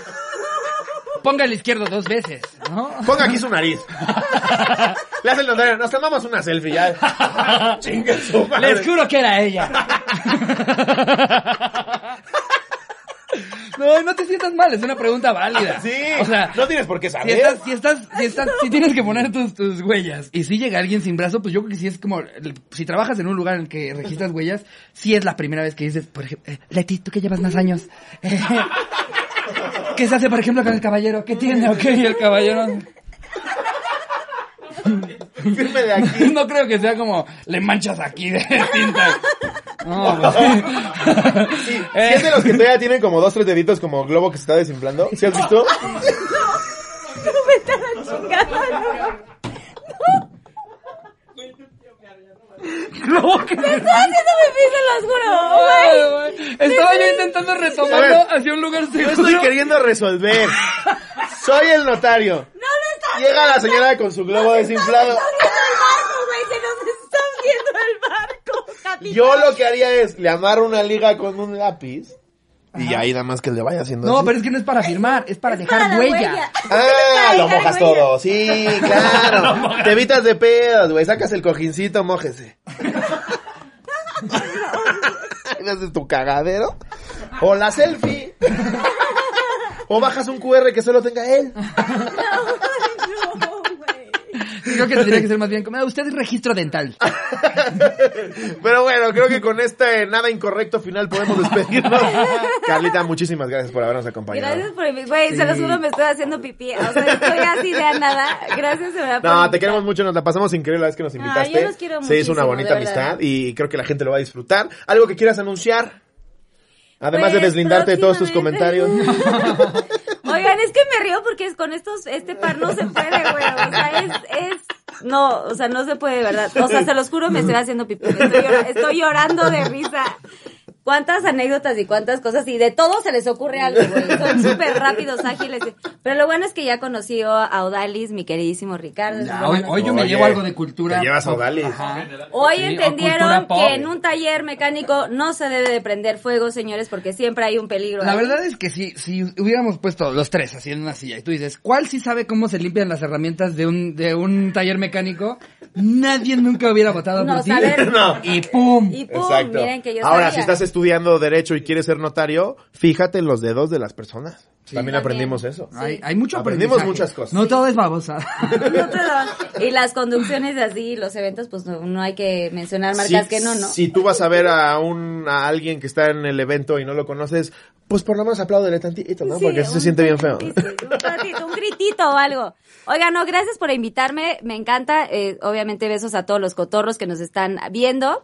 ponga el izquierdo dos veces, ¿no?
Ponga aquí su nariz. Le hace el notario, nos tomamos una selfie ya. Chinga su madre.
Les juro que era ella. No, no te sientas mal, es una pregunta válida.
Sí,
o sea,
no tienes por qué
Si
saber.
estás, si estás, si estás, si tienes que poner tus, tus huellas y si llega alguien sin brazo, pues yo creo que si es como, el- si trabajas en un lugar en el que registras huellas, si es la primera vez que dices, por ejemplo, eh, Leti, tú que llevas más años, eh, ¿qué se hace por ejemplo con el caballero? ¿Qué tiene? Ok,
Y el caballero.
Firme de aquí.
No creo que sea como, le manchas aquí de tinta. No, güey.
Sí, sí
Eh.
es de los que todavía tienen como dos, tres deditos como globo que se está desinflando. ¿Sí has visto?
No me estás chingando.
No, que-
Estaba haciendo pipí, se los juro, güey.
Ay, güey. Estaba yo intentando retomarlo
A ver.
hacia un lugar
Yo
seguro.
estoy queriendo resolver. Soy el notario.
No lo estás
Llega la señora con su globo desinflado.
viendo el barco, güey, se nos está viendo el barco.
Yo lo que haría es le amarro una liga con un lápiz y ahí nada más que le vaya haciendo
No,
así.
pero es que no es para firmar, es para dejar
Para la
huella.
Ah,
Para
lo
dejar
mojas
huella.
todo. Sí, claro. Te evitas de pedos, güey. Sacas el cojincito, mójese. Haces tu cagadero. O la selfie. O bajas un QR que solo tenga él.
No, güey.
Creo que tendría que ser más bien como, "Ah, usted es registro dental.
Pero bueno, creo que con este nada incorrecto final podemos despedirnos. Carlita, muchísimas gracias por habernos acompañado.
Gracias por invi- Güey, se los juro, me estoy haciendo pipí. O sea, estoy así de a nada. Gracias, de verdad. por
No, te
invitar.
queremos mucho, nos la pasamos increíble la vez que nos invitaste.
yo los quiero
Se hizo
muchísimo,
una bonita
de verdad.
amistad y creo que la gente lo va a disfrutar. ¿Algo que quieras anunciar? Además de
Pues,
deslindarte de todos tus
próximamente.
comentarios.
Oigan, es que me río porque es con estos, este par no se puede, güey. O sea, es, es, no, o sea, no se puede, de verdad. O sea, se los juro, me estoy haciendo pipí. Estoy, llora- estoy llorando de risa. Cuántas anécdotas y cuántas cosas, y de todo se les ocurre algo, güey. Son súper rápidos, ágiles. Pero lo bueno es que ya conocí a Odalis, mi queridísimo Ricardo.
Ya,
Entonces,
hoy,
bueno,
hoy yo me
Oye,
llevo algo de cultura.
te llevas a Odalis.
Ajá.
Hoy
Sí, o cultura
entendieron
pop.
que en un taller mecánico no se debe de prender fuego, señores, porque siempre hay un peligro.
La
ahí.
verdad es que si, si hubiéramos puesto los tres así en una silla y tú dices, ¿cuál sí sabe cómo se limpian las herramientas de un, de un taller mecánico? Nadie nunca hubiera votado
No,
por ti.
saber-
pues No.
Y pum.
Y pum,
Exacto.
pues, miren que yo
Ahora,
sabía.
si estás estudiando derecho y quieres ser notario, fíjate en los dedos de las personas. También
También.
aprendimos eso.
Hay, hay mucho
Aprendimos
aprendizaje.
muchas cosas.
No todo es babosa.
No, pero- y las conducciones así, los eventos, pues no, no hay que mencionar marcas
si,
que no, ¿no?
Si tú vas a ver a un a alguien que está en el evento y no lo conoces, pues por lo menos apláudele tantito, ¿no?
Sí,
Porque eso se
un-
siente bien feo.
sí, sí, un ratito, un gritito o algo. Oiga, no, gracias por invitarme, me encanta. eh, obviamente besos a todos los cotorros que nos están viendo.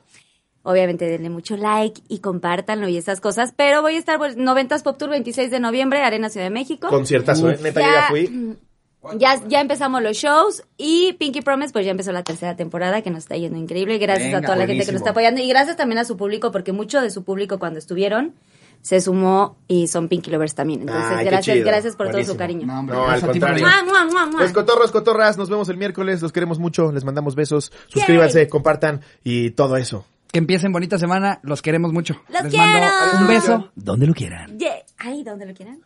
Obviamente denle mucho like y compártanlo y esas cosas. Pero voy a estar vol- 90s Pop Tour 26 de noviembre, Arena Ciudad de México.
Conciertazo, ¿eh? Neta, yo ya fui.
Mm. Ya, ya empezamos los shows y Pinky Promise pues ya empezó la tercera temporada que nos está yendo increíble. Gracias
Venga,
a toda la gente que
buenísimo.
nos está apoyando y gracias también a su público porque mucho de su público cuando estuvieron se sumó y son Pinky Lovers también. Entonces
Ay, qué
gracias,
chido.
gracias por todo
Buenísimo.
su cariño.
No, hombre,
No,
gracias
al
a ti,
contrario.
Mua,
Mario.
mua, mua, mua.
Pues cotorros, cotorras, nos vemos el miércoles, los queremos mucho, les mandamos besos, suscríbanse,
Yay.
compartan y todo eso.
Que empiecen bonita semana, los queremos mucho.
¡Los
Les
quiero!
mando un beso donde lo quieran.
Yeah. Ahí donde lo quieran.